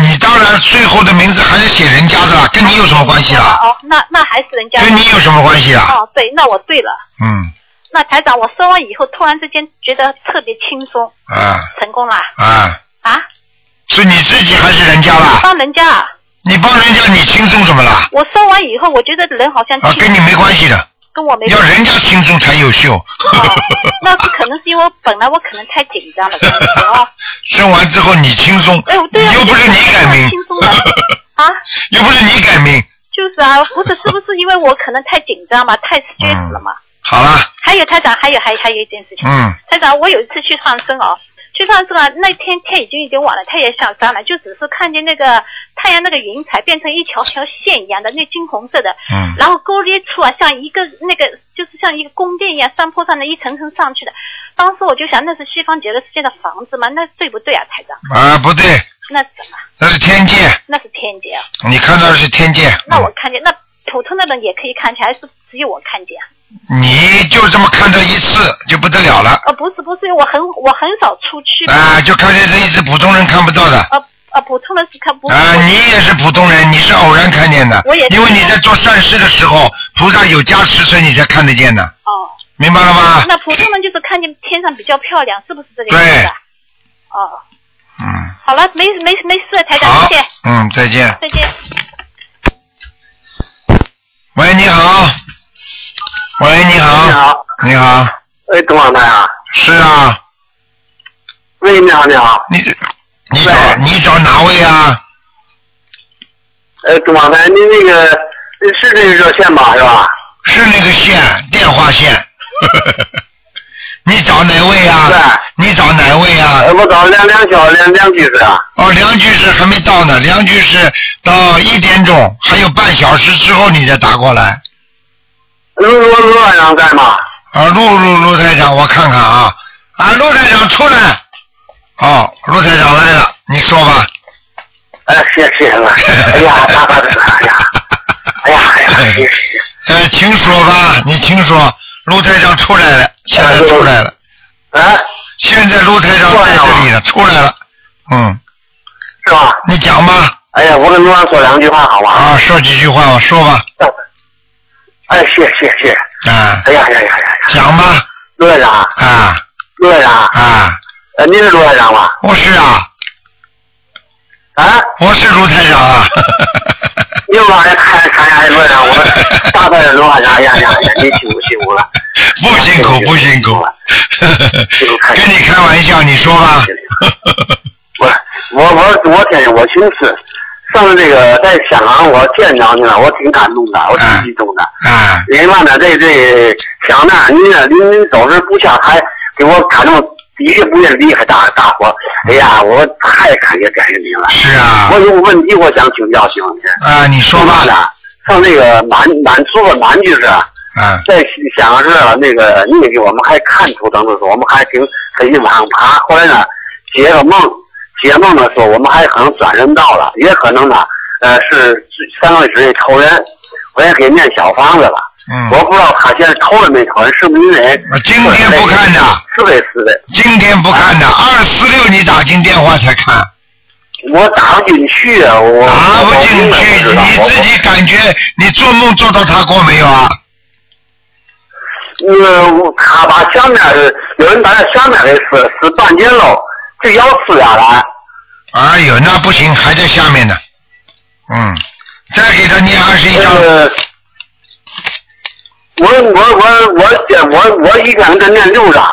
S2: 你当然最后的名字还是写人家的啦，跟你有什么关系啦？
S9: 哦，那那还是人家的。
S2: 跟你有什么关系啊啦？
S9: 哦，对，那我对了。
S2: 嗯，
S9: 那台长，我说完以后，突然之间觉得特别轻松，
S2: 啊
S9: 成功啦！
S2: 啊，
S9: 啊，
S2: 是你自己还是人家啦？
S9: 帮人家啊，
S2: 你帮人家，你轻松什么啦？
S9: 我说完以后，我觉得人好像
S2: 啊，
S9: 轻
S2: 跟你没关系的，
S9: 跟我没
S2: 要
S9: 关系。
S2: 人家轻松才有秀。
S9: 哦， 那是可能是因为我本来我可能太紧张了，可能是哦，
S2: 生完之后你轻松，
S9: 哎，我对啊，
S2: 又不是你改
S9: 我
S2: 名
S9: 轻松了啊，
S2: 又不是你改名。
S9: 就是啊，不是是不是因为我可能太紧张嘛，太 stress 了嘛？
S2: 好啦，
S9: 还有台长，还有还还有一件事情，
S2: 嗯
S9: 台长，我有一次去放生哦，去放生啊，那天天已经有点晚了，太阳下山了，就只是看见那个太阳那个云彩变成一条条线一样的，那金红色的，
S2: 嗯，
S9: 然后勾勒出啊，像一个那个就是像一个宫殿一样，山坡上的一层层上去的。当时我就想，那是西方杰克斯建的房子吗？那对不对啊，台长？
S2: 啊不对，
S9: 那是什么？
S2: 那是天界，
S9: 那是天界啊！
S2: 你看到的是天界。
S9: 那我看见，那普通的人也可以看见，还是只有我看见啊？
S2: 你就这么看到一次就不得了了。
S9: 哦，不是不是，我很我很少出去嘛。
S2: 啊，就看见是一只普通人看不到的。
S9: 呃呃，普通人是看不。
S2: 啊，你也是普通人，你是偶然看见的。
S9: 我也是
S2: 因为你在做善事的时候，菩萨有加持，所以你才看得见的，
S9: 哦，
S2: 明白了吗？
S9: 那普通人就是看见天上比较漂亮，是不是这个
S2: 对
S9: 意思啊？哦，
S2: 嗯，
S9: 好了，没没没事，台长，
S2: 好
S9: 谢谢，，
S2: 嗯，再见。
S9: 再见。
S2: 喂，你好。喂，你好。
S8: 你。好，
S2: 你好。
S8: 哎，董老太啊，
S2: 是啊，
S8: 喂，你好，你好，
S2: 你你找
S8: 喂
S2: 你找哪位啊？
S8: 哎，董老太，您那个是这个热线吧，是吧？
S2: 是那个线， 电话线。你找哪位啊？
S8: 对
S2: 你找哪位啊
S8: 呃，？我佛早上两两小两两居士啊？
S2: 哦，梁居士还没到呢，梁居士到一点钟，还有半小时之后你再打过来。
S8: 卢卢卢晚上在吗？
S2: 啊，陆陆陆台长，我看看啊，啊，陆台长出来。哦，陆台长来了，你说吧。
S8: 哎，谢谢 了。哎呀，大大的，哎呀，哎呀，哎呀， 谢谢。
S2: 呃，请说吧，你请说。陆台长出来了，现在出来了，
S8: 啊，
S2: 现在陆台长在这里了，出来了。嗯，
S8: 是吧？
S2: 你讲吧，
S8: 哎呀，我跟卢安说两句话好吧？
S2: 啊，说几句话，我说吧，
S8: 哎，谢谢谢。
S2: 啊，
S8: 哎呀哎呀哎呀哎呀！
S2: 讲吧，
S8: 卢院长，
S2: 啊
S8: 卢院长，
S2: 啊，
S8: 呃，您是卢院长吧？
S2: 我是啊，
S8: 啊，
S2: 我是卢台长啊，
S8: 又往这看看呀，卢院长，我大半的卢院长，哎呀呀呀，您辛苦辛苦了。
S2: 不辛苦不辛苦， 跟你开玩笑，你说吧，
S8: 我我我我天，我寻思，上次这个在香港我见着你了，我挺感动的，我挺激动的。
S2: 啊，
S8: 因为嘛呢，这这想呢，您呢，您您总是不下台，给我感动的确不愿离开大大伙。哎呀，我太感谢感谢您了。
S2: 是啊
S8: 我，有个问题，我想请教请问您。
S2: 啊，你说
S8: 嘛
S2: 吧，
S8: 呢？上那个满满族的满就是
S2: 啊，
S8: 在香港市啊那个那个我们还看图腾的时候，我们还挺很往上爬。后来呢，解个梦，解梦的时候，我们还可能转人道了，也可能呢，呃，是三个职业投人，我也给念小房子了。
S2: 嗯，
S8: 我不知道他现在投了没投人，是不是因为
S2: 我今天不看的，
S8: 是得是的。
S2: 今天不看的，二四六你打进电话才看，
S8: 我打不进去啊，我
S2: 打不进
S8: 我
S2: 去，
S8: 知道
S2: 你
S8: 我
S2: 自己感觉你做梦做到他过没有啊？
S8: 嗯，他把下面的有人把那下面的撕撕半截喽，就要撕下来。
S2: 哎呦，那不行，还在下面呢。嗯，再给他念二十一章。
S8: 呃，我我我我我我一天跟那六张，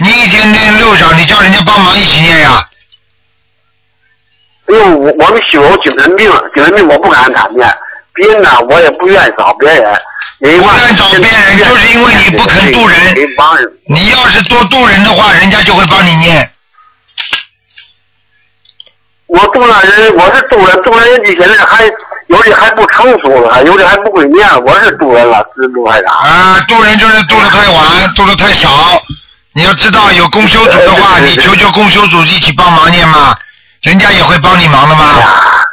S2: 你一天念六章，你叫人家帮忙一起念呀？
S8: 因为哎我我们修精神病，精神病我不敢他念，别人呢我也不愿意找别人，你
S2: 不愿意找别人就是因为你不肯渡人
S8: 给帮人。
S2: 你要是多度人的话，人家就会帮你念。
S8: 我渡了人，我是渡人，渡人你现在还有的还不成熟了，还有的还不会念，我是渡人了，是陆海长。
S2: 啊，度人就是度的太晚，度的太少。你要知道，有供修组的话，
S8: 对对对
S2: 你求求供修组一起帮忙念嘛，人家也会帮你忙的
S8: 哎
S2: 嘛。
S8: 呀，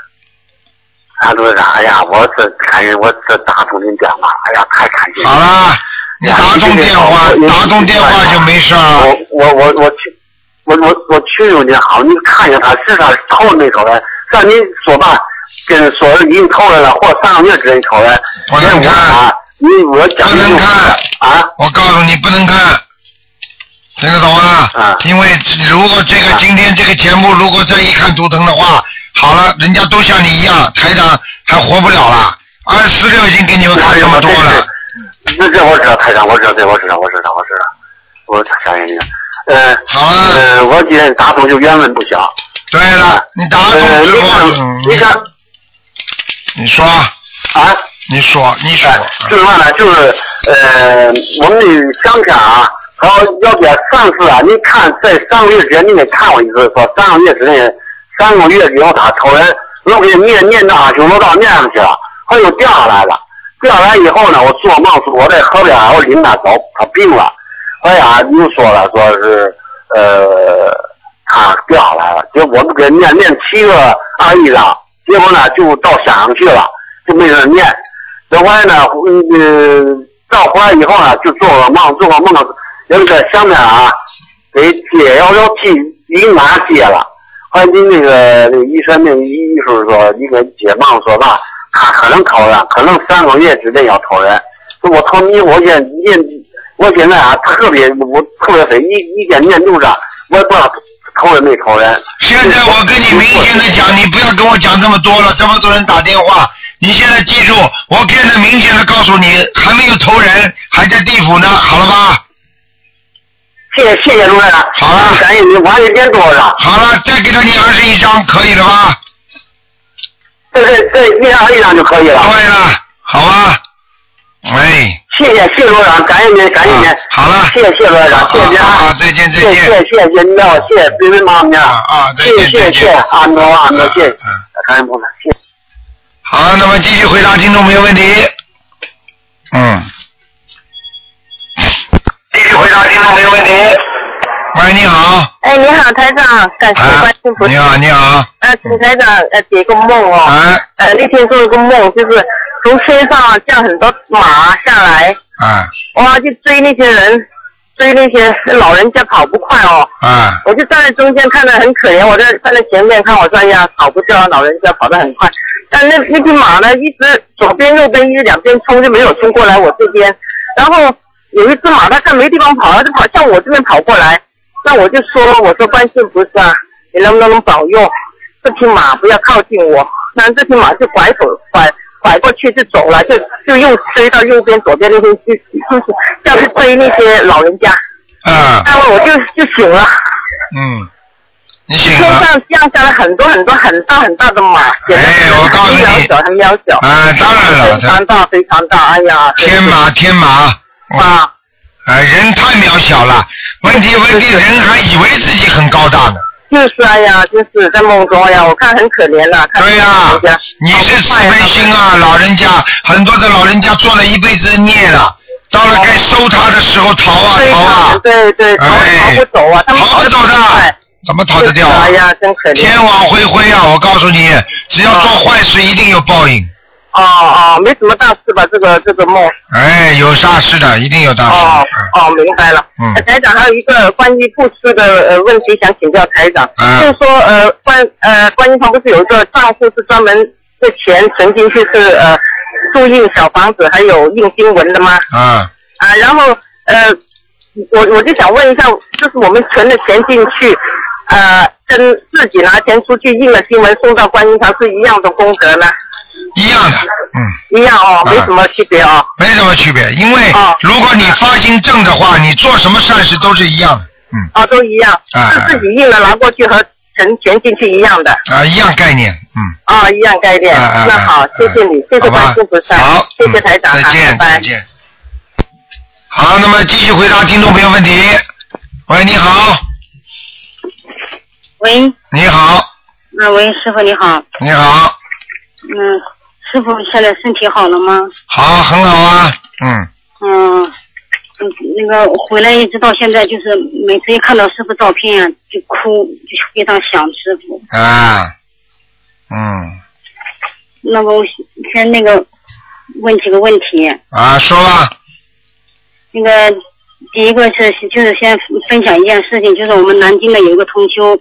S8: 啊，队长，哎呀，我这感谢，我这打通您电话，哎呀，太感谢您了。
S2: 好啦，你打通电话，打通电话就没事儿了。
S8: 哎我我我我去，我我我去求您好，您看一下他是他投了没投人，让您说吧，跟说已经投人了，或三个月之内投人。
S2: 不能
S8: 因为我
S2: 看
S8: 啊，你我讲
S2: 不
S8: 究
S2: 能看
S8: 啊，
S2: 我告诉你，不能看，听得懂吗？
S8: 啊
S2: 因为如果这个
S8: 啊
S2: 今天这个节目，如果再一看图腾的话，好了，人家都像你一样，台长还活不了了。二四六已经给你们看这么多了，
S8: 这这我知道，台长，我知道，这我知道，我知道，我知道，我感谢您。呃，
S2: 好啊了。
S8: 呃，我今天打通就原文不小。
S2: 对了，你打通
S8: 呃，
S2: 之
S8: 你
S2: 后，
S8: 看，你看
S2: 嗯你说，
S8: 啊，
S2: 你说，你说，
S8: 哎，就是嘛呢，就是呃，我们的乡下啊，还有要点上次啊，你看在三个月之前，你得看我一次，说三个月之内，三个月以后他投人，我给念念到阿修罗道念上去了，后又掉下来了，掉下来以后呢，我做梦说我在河边啊，我领他走，他病了，后来啊又说了，说是呃，他掉下来了，结果我们给念念七个二啊一章，结果呢就到香港去了，就没人念。这回呢，呃，到回来以后啊呢，就做个梦，做个梦，人在下面啊，给解幺幺七一拿解了。后来您那个那个医生那个医术说，一个解梦说吧，他可能投人，可能三个月之内要投人。我投你，我现念，我现在啊特别，我特别肥，一一点念住着，我也不知道投人没投人。
S2: 现在我跟你明显的讲，你不要跟我讲这么多了，这么多人打电话。你现在记住，我现在明显的告诉你，还没有投人，还在地府呢，好了吧？
S8: 谢谢谢谢主任啊，
S2: 好了
S8: 感谢您，我还有一点多了。
S2: 好了，再给他念二十一章，可以了吧？
S8: 这这这，念上一张就可以了。
S2: 对了，好吧？哎，啊
S8: 谢谢谢罗长，感恩您，感恩您。
S2: 好了，
S8: 谢谢谢罗长，谢谢您
S2: 好好
S8: 啊
S2: 好，再见再
S8: 谢谢
S2: 见
S8: 谢谢您的，谢谢别人忙您
S2: 啊啊再见
S8: 谢谢
S2: 再
S8: 谢
S2: 见
S8: 谢阿诺阿诺，谢谢
S2: 嗯嗯，
S8: 感恩菩萨，谢谢。
S2: 好，那么继续回答听众朋友问题。嗯，
S8: 继续回答听众朋友问题。
S2: 喂，你好，
S1: 哎，你好，台长，感谢
S2: 哎
S1: 关心菩
S2: 你
S1: 萨。
S2: 好，你好，
S1: 呃，请台长呃解个梦哦。
S2: 哎，
S1: 呃，那天做了个梦，就是从天上降很多马下来，
S2: 哎，
S1: 哇，就追那些人，追那些老人家跑不快哦。
S2: 哎，
S1: 我就站在中间看着很可怜，我在站在前面看，我说哎呀跑不掉，老人家跑得很快。但那那匹马呢，一直左边右边一直两边冲，就没有冲过来我这边。然后有一只马，它看没地方跑，它就跑向我这边跑过来。那我就说了，我说观世音菩萨，你能不能保佑这匹马不要靠近我？然后这匹马就拐走拐拐过去就走了，就就又追到右边左边那边去，就是要去追那些老人家。
S2: 哎，
S1: 然后我就就醒了。
S2: 嗯，你醒
S1: 天
S2: 了。
S1: 上降下了很多很多很大很大的马，简直
S2: 哎我告诉你
S1: 很渺小，很渺小，
S2: 啊，当然了，
S1: 非常大，非常大，哎呀，
S2: 天马天马，
S1: 真是啊，
S2: 哎，人太渺小了。问题问题，人还以为自己很高大呢。
S1: 就是哎呀，就是在梦中，哎呀，我看很可怜了，看
S2: 对呀、
S1: 人家
S2: 你是自卑心啊，老人家，很多的老人家做了一辈子孽了，到了该收他的时候逃啊
S1: 对
S2: 逃啊，
S1: 对对，逃逃
S2: 哎
S1: 不走啊，他们
S2: 逃不走的
S1: 哎，
S2: 怎么逃得掉
S1: 就是
S2: 啊
S1: 哎？呀，真可怜，啊
S2: 天网恢恢啊！我告诉你，只要做坏事一定有报应，
S1: 哦哦，没什么大事吧，这个这个梦，
S2: 哎，有大事的，一定有大事。
S1: 哦哦，明白了。
S2: 嗯
S1: 呃台长还有一个关于布施的呃问题想请教台长，
S2: 嗯
S1: 就是说呃关呃观音堂不是有一个账户是专门这钱存进去是呃注印小房子还有印经文的吗？
S2: 嗯啊
S1: 啊，然后呃我我就想问一下，就是我们存的钱进去。呃，跟自己拿钱出去印了经文送到观音堂是一样的功德呢，
S2: 一样的，嗯，
S1: 一样哦，没什么区别哦。
S2: 没什么区别，因为
S1: 哦
S2: 如果你发心正的话，你做什么善事都是一样的，嗯
S1: 哦，都一样，
S2: 啊
S1: 是自己印了拿过去和存钱进去一样的，
S2: 啊，一样概念，嗯。
S1: 啊、一样概念。
S2: 啊啊
S1: 那好
S2: 啊，
S1: 谢谢你，谢谢
S2: 好吧
S1: 关心菩萨，
S2: 好，
S1: 谢谢
S2: 嗯
S1: 台长啊，
S2: 再见，
S1: 拜
S2: 再
S1: 拜。
S2: 见。好，那么继续回答听众朋友问题。喂，你好，
S10: 喂，
S2: 你好，
S10: 啊喂，师傅你好，
S2: 你好，
S10: 嗯，师傅现在身体好了吗？
S2: 好，很好啊，嗯，
S10: 嗯，嗯，那个回来一直到现在，就是每次一看到师傅照片啊，就哭，就非常想师傅。
S2: 啊，嗯，
S10: 那个我先那个问几个问题，
S2: 啊，说吧，
S10: 那个第一个是就是先分享一件事情，就是我们南京的有一个同修，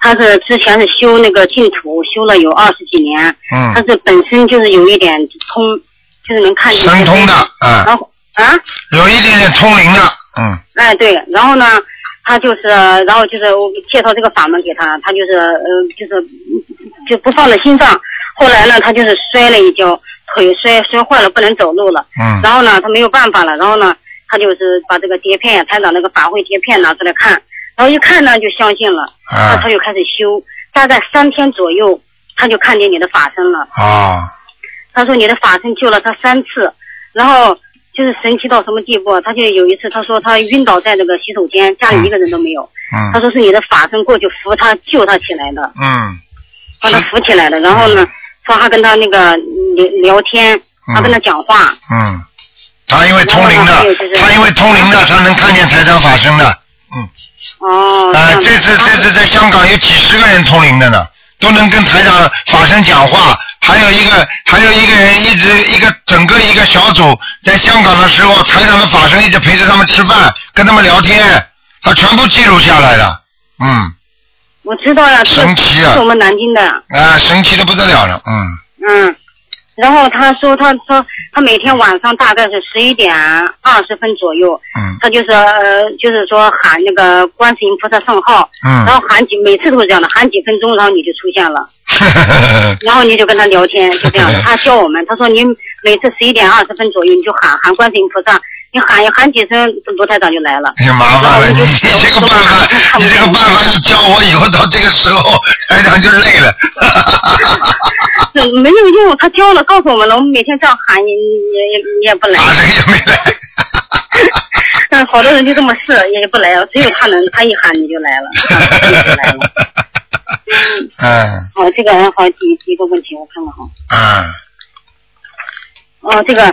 S10: 他是之前是修那个净土，修了有二十几年，他
S2: 嗯，
S10: 是本身就是有一点通，就是能看见
S2: 神通的，，啊，
S10: 然后啊。
S2: 有一点点通灵的，嗯，
S10: 哎，对，然后呢，他就是，然后就是我介绍这个法门给他，他就是呃，就是就不放在心上。后来呢，他就是摔了一跤，腿摔摔坏了，不能走路了。
S2: 嗯，
S10: 然后呢，他没有办法了，然后呢，他就是把这个碟片，台长那个法会碟片拿出来看，然后一看呢就相信了，那
S2: 啊
S10: 他，就开始修，大概三天左右，他就看见你的法身了。
S2: 哦，
S10: 他说你的法身救了他三次，然后就是神奇到什么地步啊？他就有一次他说他晕倒在那个洗手间，家里一个人都没有。他
S2: 嗯，
S10: 说是你的法身过去扶他救他起来的，
S2: 嗯，
S10: 把他扶起来的。然后呢，说还跟他那个聊聊天，还跟他讲话。
S2: 嗯，他因为通灵
S10: 然后呢还有
S2: 的
S10: 就是，
S2: 他因为通灵的，他能看见台长法身的，
S10: 哦，
S2: 啊、
S10: 样子
S2: 这次这次在香港有几十个人通灵的呢，都能跟台长法身讲话，还有一个还有一个人一直一个整个一个小组在香港的时候，台长的法身一直陪着他们吃饭，跟他们聊天，他全部记录下来了，嗯，
S10: 我知道呀，这个
S2: 神奇啊
S10: 是我们南京的，
S2: 啊、神奇的不得了了，嗯，
S10: 嗯。然后他说，他说他每天晚上大概是十一点二十分左右，
S2: 嗯
S10: 他就是呃，就是说喊那个观世音菩萨圣号，然
S2: 嗯，
S10: 后喊几，每次都是这样的，喊几分钟，然后你就出现了，然后你就跟他 聊天，就这样。他教我们，他说你每次十一点二十分左右你就喊喊观世音菩萨，你喊一喊几声，卢台长就来了。
S2: 哎呀，麻
S10: 哦
S2: 烦了，你你这个办法，你这个办法一教我以后，到这个时候，台长就累了。
S10: 是嗯没有用，他教了，告诉我们了，我们每天这样喊，你你也你也不来。啊，
S2: 也没来。
S10: 嗯，好多人就这么试，也不来，只有他能，他一喊你就来了。
S2: 嗯
S10: 哦，这个还好，第第一个问题我看看哈。
S2: 嗯
S10: 哦，这个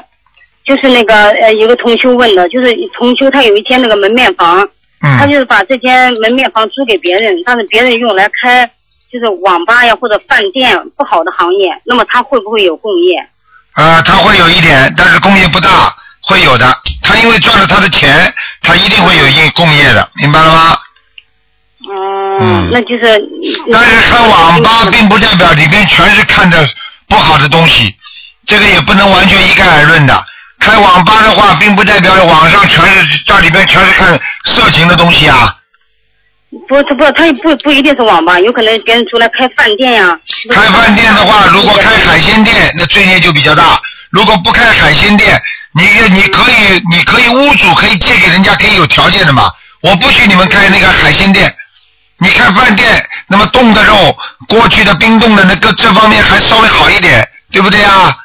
S10: 就是那个呃，有个同修问的，就是同修他有一间那个门面房，
S2: 嗯
S10: 他就是把这间门面房租给别人，但是别人用来开就是网吧呀或者饭店不好的行业，那么他会不会有共业？
S2: 啊，他会有一点，但是工业不大，会有的。他因为赚了他的钱，他一定会有一工业的，明白了吗？
S10: 嗯，那就是
S2: 但是开网吧并不代表里面全是看着不好的东西，这个也不能完全一概而论的。开网吧的话，并不代表网上全是这里边全是看色情的东西啊。
S10: 不不不，他也不不一定是网吧，有可能别人出来开饭店呀、
S2: 开饭店的话，如果开海鲜店，那罪孽就比较大；如果不开海鲜店，你你可以你可以屋主可以借给人家，可以有条件的嘛。我不许你们开那个海鲜店，你开饭店，那么冻的肉，过去的冰冻的那个这方面还稍微好一点，对不对啊？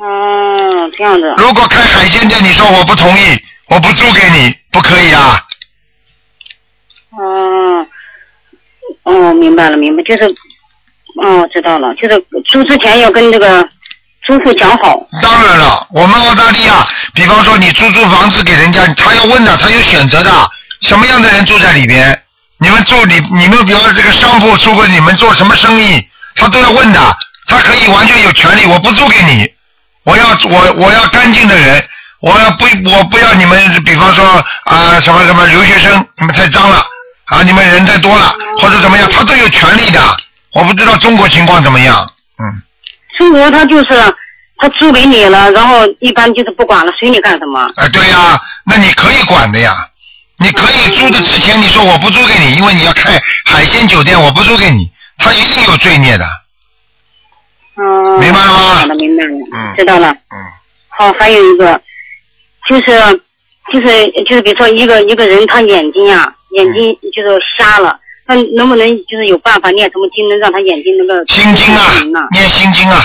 S10: 嗯，这样的。
S2: 如果开海鲜店，你说我不同意，我不租给你，不可以啊？
S10: 哦，哦，明白了，明白，就是，哦，知道了，就是租之前要跟这个租户讲好。
S2: 当然了，我们澳大利亚，比方说你租租房子给人家，他要问的，他有选择的，什么样的人住在里边？你们住你你们比方说这个商铺，如果你们做什么生意，他都要问的，他可以完全有权利，我不租给你，我要我我要干净的人，我要不我不要你们，比方说啊、什么什么留学生，你们太脏了啊，你们人太多了或者怎么样，他都有权利的。我不知道中国情况怎么样，
S10: 中国他就是他租给你了，然后一般就是不管了，随你干什么。
S2: 啊，对呀、那你可以管的呀，你可以租的之前你说我不租给你，因为你要开海鲜酒店，我不租给你，他一定有罪孽的。
S10: 嗯，明白了吗？好的，明白了，
S2: 嗯
S10: 知道了。
S2: 嗯。
S10: 好，还有一个，就是就是就是，比如说一个一个人他眼睛啊，眼睛
S2: 嗯
S10: 就是瞎了，那能不能就是有办法念什么经，能让他眼睛那个
S2: 心经啊，念心经啊，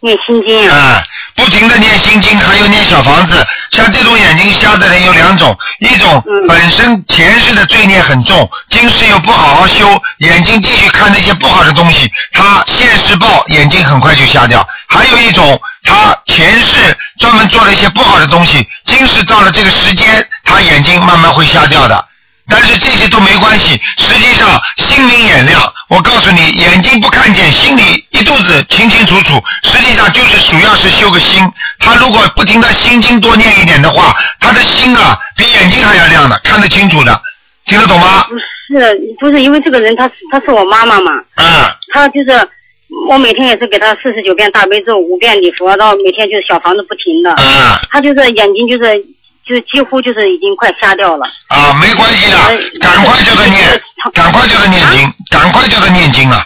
S10: 念心经啊？
S2: 啊，不停的念心经，还有念小房子。像这种眼睛瞎的人有两种，一种本身前世的罪孽很重，今世又不好好修，眼睛继续看那些不好的东西，他现世报眼睛很快就瞎掉；还有一种，他啊前世专门做了一些不好的东西，今世到了这个时间，他眼睛慢慢会瞎掉的。但是这些都没关系，实际上心明眼亮。我告诉你，眼睛不看见，心里一肚子清清楚楚。实际上就是主要是修个心。他如果不停的心经多念一点的话，他的心啊比眼睛还要亮的，看得清楚的，听得懂吗？
S10: 是不是因为这个人他是他是我妈妈嘛？
S2: 嗯。
S10: 他就是我每天也是给他四十九遍大悲咒，五遍礼佛，然后每天就是小房子不停的。
S2: 嗯。
S10: 他就是眼睛就是就是几乎就是已经快瞎掉了。
S2: 啊，没关系的，赶快叫他念，赶快叫他念经，赶快叫他念经啊！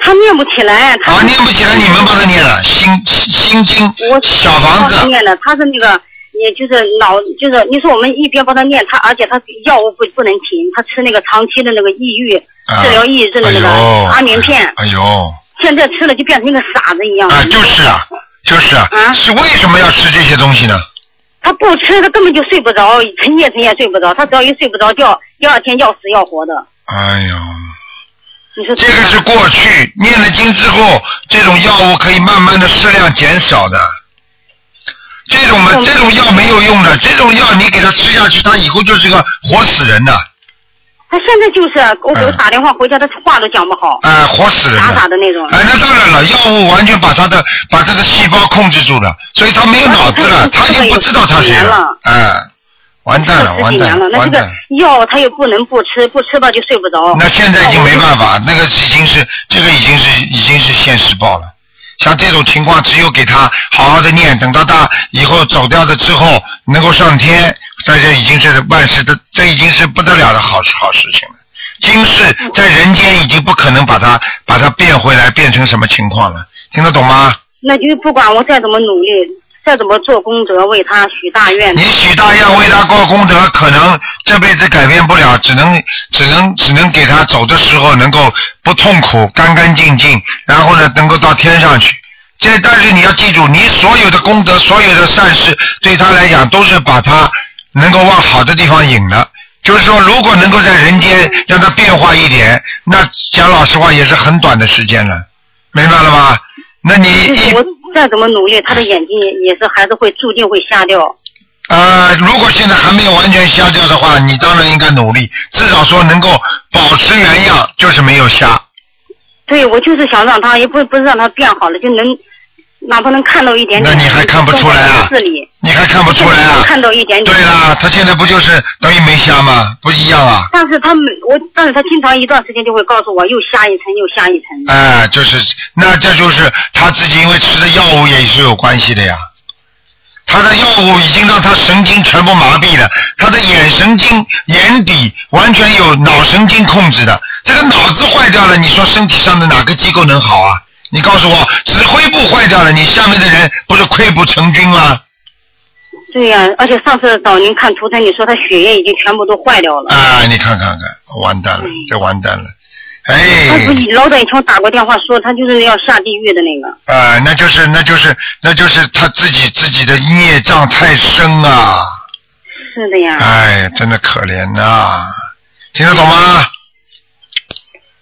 S10: 他念不起来，他、
S2: 啊，念不起来，你们帮他念了，心心经，小房子
S10: 他，念的，他是那个，也就是脑，就是你说我们一边帮他念，他而且他药物不不能停，他吃那个长期的那个抑郁、
S2: 啊
S10: 治疗抑郁症的那个
S2: 哎呦
S10: 安眠片，
S2: 哎呦。
S10: 现在吃了就变成一个傻子一样。
S2: 啊，就是啊，就是啊，是为什么要吃这些东西呢？
S10: 他不吃，他根本就睡不着，成夜成夜睡不着。他只要一睡不着觉，第二天要死要活的。
S2: 哎呦，
S10: 你说
S2: 这个是过去念了经之后，这种药物可以慢慢的适量减少的。这种
S10: 嗯
S2: 嘛，这种药没有用的，这种药你给他吃下去，他以后就是个活死人的，啊、
S10: 他现在就是我
S2: 啊
S10: 给我打电话回家，他话都讲不好，
S2: 呃活死人
S10: 傻
S2: 的。
S10: 傻的那种。
S2: 哎，那当然了，药物完全把他的把他的细胞控制住了，所以他没有脑子了，他已经不知道他谁
S10: 这个有十几年
S2: 了
S10: 了，
S2: 哎，完蛋了，
S10: 十几
S2: 完蛋
S10: 年了，那
S2: 完
S10: 啊这
S2: 蛋
S10: 个。药他又不能不吃，不吃吧就睡不着。
S2: 那现在已经没办法，那个已经是这个已经是已经是现实报了。像这种情况，只有给他好好的念，等到他以后走掉了之后，能够上天，在这已经是万事的，这已经是不得了的好好事情了。今世在人间已经不可能把它把它变回来，变成什么情况了？听得懂吗？
S10: 那就是不管我再怎么努力，这怎么做功德为他许大愿？
S2: 你许大愿为他过功德，可能这辈子改变不了，只能只能只能给他走的时候能够不痛苦、干干净净，然后呢能够到天上去。这但是你要记住，你所有的功德、所有的善事，对他来讲都是把他能够往好的地方引了。就是说，如果能够在人间让他变化一点，那讲老实话也是很短的时间了，明白了吗？那你
S10: 就
S2: 一
S10: 是我再怎么努力，他的眼睛也也是还是会注定会瞎掉。
S2: 呃，如果现在还没有完全瞎掉的话，你当然应该努力，至少说能够保持原样，就是没有瞎。
S10: 对，我就是想让他，也不不是让他变好了，就能哪怕能看到一点点。
S2: 那你还看不出来啊
S10: 这里
S2: 你还看不出来啊？
S10: 看到一点点。
S2: 对啦，他啊现在不就是等于没瞎吗？不一样啊！
S10: 但是他每我，但是他经常一段时间就会告诉我又下一层又下一层。
S2: 哎、就是那这就是他自己因为吃的药物也是有关系的呀。他的药物已经让他神经全部麻痹了，他的眼神经、眼底完全有脑神经控制的。这个脑子坏掉了，你说身体上的哪个机构能好啊？你告诉我，指挥部坏掉了，你下面的人不是溃不成军吗？
S10: 对呀、而且上次找您看图腾，你说他血液已经全部都坏掉了。
S2: 啊，你看看看，完蛋了，这完蛋了，哎。
S10: 他不是老早以前打过电话说他就是要下地狱的那个。
S2: 啊、那就是那就是那就是他自己自己的孽障太深啊！
S10: 是的呀，
S2: 哎，真的可怜呐、听得懂吗？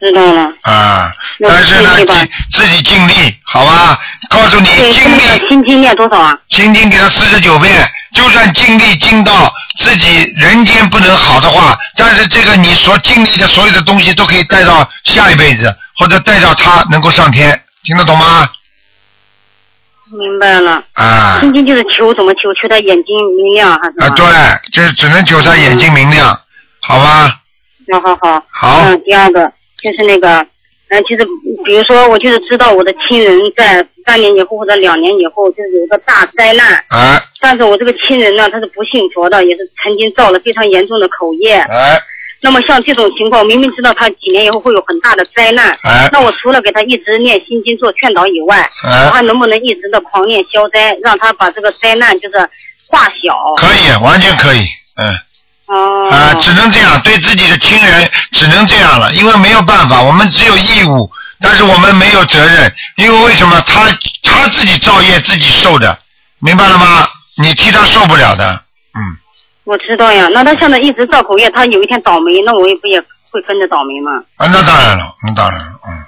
S10: 知道了。
S2: 啊，
S10: 那
S2: 但是呢，
S10: 尽力吧
S2: 尽自己尽力，好吧？告诉你，
S10: 对，
S2: 尽
S10: 那
S2: 力，
S10: 个心经念多少啊？
S2: 心经给他四十九遍，就算尽力尽到自己人间不能好的话，但是这个你所尽力的所有的东西都可以带到下一辈子，或者带到他能够上天，听得懂吗？
S10: 明白了，
S2: 啊。
S10: 心经就是求怎么求？求他眼睛明亮还是什
S2: 啊，
S10: 么？
S2: 对，就是只能求他眼睛明亮，好吧？
S10: 好好好。
S2: 好
S10: 嗯，第二个就是那个，嗯，就是比如说，我就是知道我的亲人在三年以后或者两年以后，就是有一个大灾难。
S2: 哎
S10: 但是我这个亲人呢，他是不信佛的，也是曾经造了非常严重的口业。
S2: 哎
S10: 那么像这种情况，明明知道他几年以后会有很大的灾难，
S2: 哎
S10: 那我除了给他一直念心经做劝导以外，我
S2: 哎，
S10: 还能不能一直的狂念消灾，让他把这个灾难就是化小？
S2: 可以，完全可以，嗯
S10: 哦、
S2: 啊，只能这样，对自己的亲人只能这样了，因为没有办法，我们只有义务，但是我们没有责任，因为为什么他他自己造业自己受的，明白了吗？你替他受不了的，嗯，
S10: 我知道呀。那他现在一直造口业，他有一天倒霉，那我也不也会跟着倒霉吗？
S2: 啊，那当然了，那当然了，嗯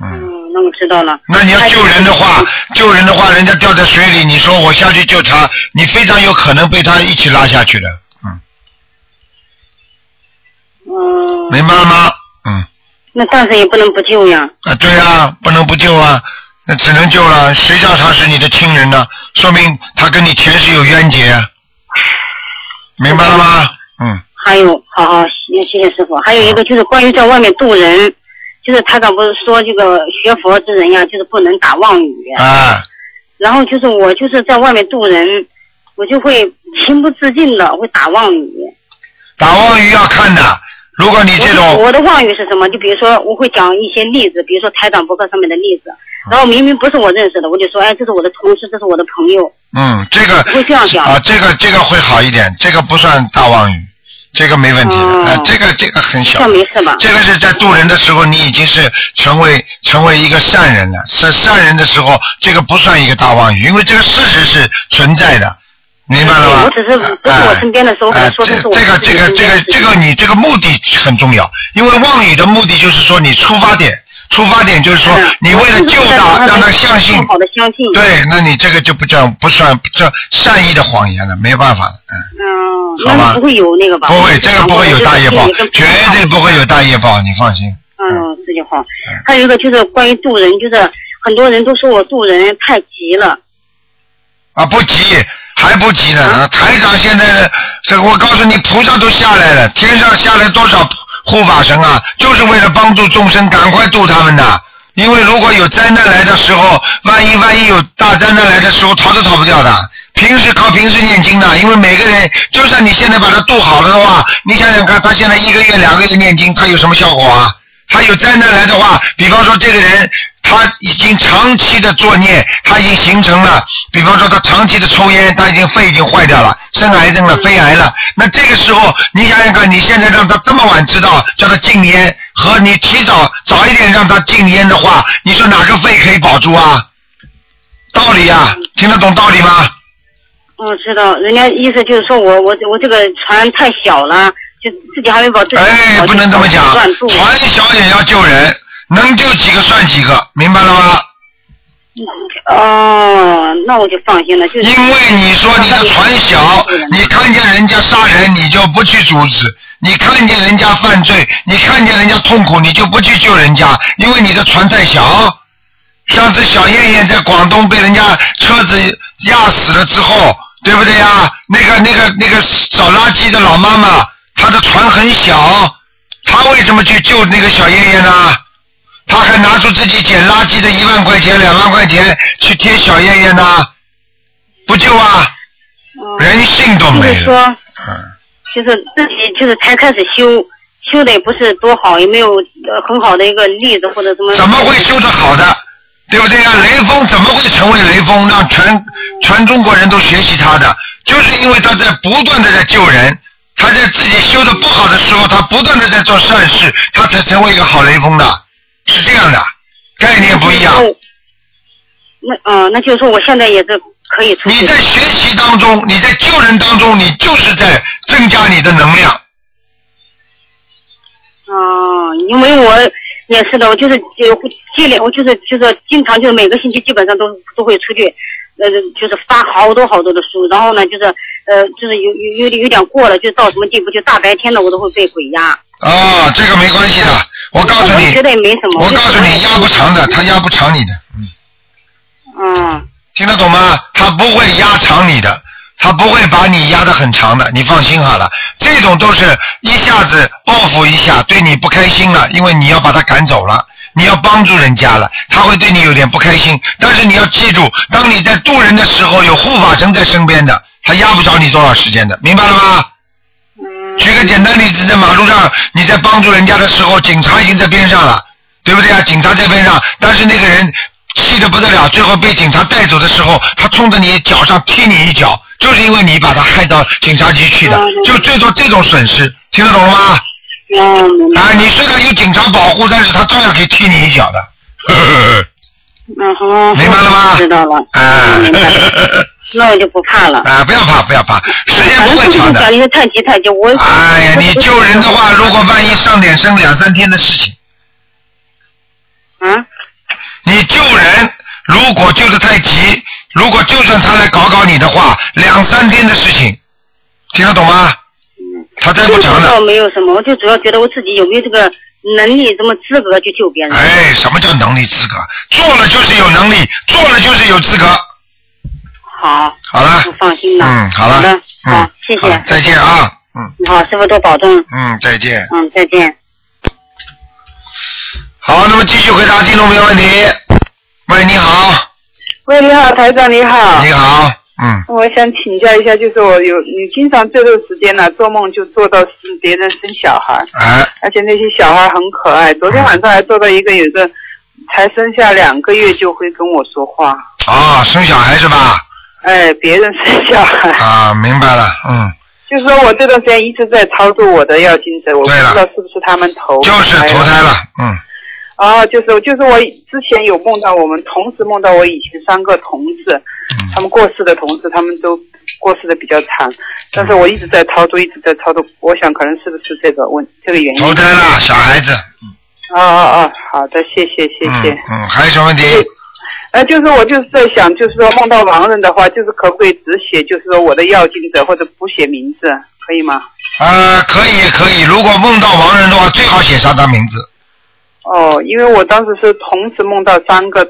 S2: 嗯。
S10: 嗯，那我知道了。
S2: 那你要救人的话，救人的话，人家掉在水里，你说我下去救他，你非常有可能被他一起拉下去的，嗯，
S10: 嗯，
S2: 明白了吗？嗯，
S10: 那但是也不能不救呀。
S2: 啊，对啊，不能不救啊，那只能救了，谁叫他是你的亲人呢？说明他跟你前世有冤结，啊明白了吗？嗯，
S10: 还有，好好，谢谢谢师傅。还有一个就是关于在外面渡人，就是台长不是说这个学佛之人呀，就是不能打妄语。
S2: 啊，
S10: 然后就是我就是在外面渡人，我就会情不自禁的会打妄语。
S2: 打妄语要看的，如果你这
S10: 我
S2: 种，
S10: 我的妄语是什么？就比如说，我会讲一些例子，比如说台长博客上面的例子，然后明明不是我认识的，我就说，哎，这是我的同事，这是我的朋友，
S2: 嗯，这个
S10: 我会这样讲。
S2: 啊，这个这个会好一点，这个不算大妄语，这个没问题的，
S10: 哦
S2: 啊，这个这个很小
S10: 这。没事吧？
S2: 这个是在渡人的时候，你已经是成为成为一个善人了。是善人的时候，这个不算一个大妄语，因为这个事实是存在的，明白了吗？
S10: 我只是不是我身边的时候，
S2: 哎
S10: 我说
S2: 这
S10: 是我
S2: 这个这个这个这个你这个目的很重要，因为妄语的目的就是说你出发点，出发点就是说
S10: 嗯
S2: 你为了救他，让他相信，
S10: 好的相信。
S2: 对，那你这个就不叫不算这善意的谎言了，没办法了，嗯。
S10: 嗯，
S2: 好吧
S10: 那不会有那个吧？
S2: 不会，这个不会有大夜报，绝对不会有大夜报，你放心。
S10: 嗯，自己好。还有一个就是关于渡人，就是很多人都说我渡人太急了。
S2: 啊，不急，还不急呢。啊台长现在的这个，我告诉你，菩萨都下来了，天上下来多少护法神啊，就是为了帮助众生，赶快度他们的。因为如果有灾难来的时候，万一万一有大灾难来的时候，逃都逃不掉的。平时靠平时念经的，因为每个人，就算你现在把他度好了的话，你想想看，他现在一个月、两个月念经，他有什么效果啊？他有灾难来的话，比方说这个人他他已经长期的作孽，他已经形成了，比方说他长期的抽烟，他已经肺已经坏掉了，生癌症了，肺癌了。那这个时候，你想想看，你现在让他这么晚知道，叫他禁烟，和你提早早一点让他禁烟的话，你说哪个肺可以保住啊？道理呀、啊听得懂道理吗？
S11: 我嗯知道，人家意思就是说我我我这个船太小了，就自己还没把自己
S2: 哎，不能这么讲，
S11: 转住。
S2: 船小也要救人，能救几个算几个，明白了吗？
S11: 哦，那我就放心了，就是
S2: 因为你说你的船小，你看见人家杀人，你就不去阻止；你看见人家犯罪，你看见人家痛苦，你就不去救人家，因为你的船太小。像是小燕燕在广东被人家车子压死了之后，对不对呀？那个、那个、那个扫垃圾的老妈妈，她的船很小，她为什么去救那个小燕燕呢？她还拿出自己捡垃圾的一万块钱、两万块钱去贴小燕燕呢，不救啊？人性都
S11: 哦就
S2: 没
S11: 是
S2: 了。
S11: 说，就是自己就是才开始修，修的也不是多好，也没有呃很好的一个例子或者什么。
S2: 怎么会修得好的？对不对啊？雷锋怎么会成为雷锋，让全全中国人都学习他的？就是因为他在不断的在救人，他在自己修的不好的时候，他不断的在做善事，他才成为一个好雷锋的，是这样的，概念不一样。
S11: 嗯那嗯、那就是说我现在也是可以出去。
S2: 你在学习当中，你在救人当中，你就是在增加你的能量。
S11: 哦，因为我也是的，我就是就接连，我就是就是经常就是每个星期基本上都都会出去，呃，就是翻好多好多的书，然后呢，就是呃，就是有有有点有点过了，就到什么地步，就大白天的我都会被鬼压。
S2: 啊，这个没关系的，我告诉
S11: 我
S2: 你
S11: 觉，得也没什么。
S2: 我告诉你，压不长的，他压不长你的。
S11: 嗯，
S2: 听得懂吗？他不会压长你的，他不会把你压得很长的，你放心好了。这种都是一下子报复一下，对你不开心了，因为你要把他赶走了，你要帮助人家了，他会对你有点不开心。但是你要记住，当你在渡人的时候，有护法神在身边的，他压不着你多少时间的，明白了吗？举个简单例子，在马路上你在帮助人家的时候，警察已经在边上了，对不对啊？警察在边上，但是那个人气得不得了，最后被警察带走的时候，他冲着你脚上踢你一脚，就是因为你把他害到警察局去的，就最多这种损失，听得懂了吗？啊，你虽然有警察保护，但是他照样可以踢你一脚的。 呵呵
S11: 嗯好，
S2: 明白了吗
S11: 知道了，
S2: 呵啊
S11: 明白 了那我就不怕了。
S2: 啊，不要怕，不要怕，时间
S11: 反
S2: 不会
S11: 正
S2: 长
S11: 就是
S2: 的。
S11: 讲，你是太急太急，我。
S2: 哎呀，你救人的话，如果万一上点生两三天的事情。
S11: 嗯。
S2: 你救人，如果救的太急，如果就算他来搞搞你的话，两三天的事情，听得懂吗？他啊待不长
S10: 嗯
S11: 这个
S2: 的。
S11: 倒没有什么，我就主要觉得我自己有没有这个能力、什么资格去救别人。
S2: 哎，什么叫能力资格？做了就是有能力，做了就是有资格。
S11: 好，
S2: 好了，
S11: 我放心了。
S2: 嗯，好了，
S11: 好的，
S2: 嗯，
S11: 谢
S2: 好
S11: 谢。
S2: 再见啊，嗯，
S11: 好，师傅多保重。
S2: 嗯，再见。
S11: 嗯，再见。
S2: 好，那么继续回答听众朋友问题。喂，你好，
S12: 喂，你好，台长，你好。
S2: 你好，嗯，
S12: 我想请教一下，就是我有，你经常这段时间呢、做梦就做到是别人生小孩，
S2: 哎，
S12: 而且那些小孩很可爱。昨天晚上还做到一个，有一个才生下两个月就会跟我说话，
S2: 啊，生小孩是吧？
S12: 哎，别人生小孩。
S2: 啊，明白了，嗯，
S12: 就是说我这段时间一直在操作我的药精者，我不知道是不是他们投，
S2: 就是投胎了，嗯，
S12: 哦，就是就是我之前有梦到我们同时梦到我以前三个同事，
S2: 嗯
S12: 他们过世的同事，他们都过世的比较惨，但是我一直在操作，一直在操作，我想可能是不是这个问这个原因？
S2: 投胎了，小孩子，
S12: 哦哦哦，好的，谢谢谢谢。
S2: 嗯嗯，还有什么问题？
S12: 呃，就是我就是在想，就是说梦到亡人的话，就是可不可以只写，就是说我的要经者或者不写名字，可以吗？
S2: 啊，可以可以，如果梦到亡人的话，最好写上他名字。
S12: 哦，因为我当时是同时梦到三个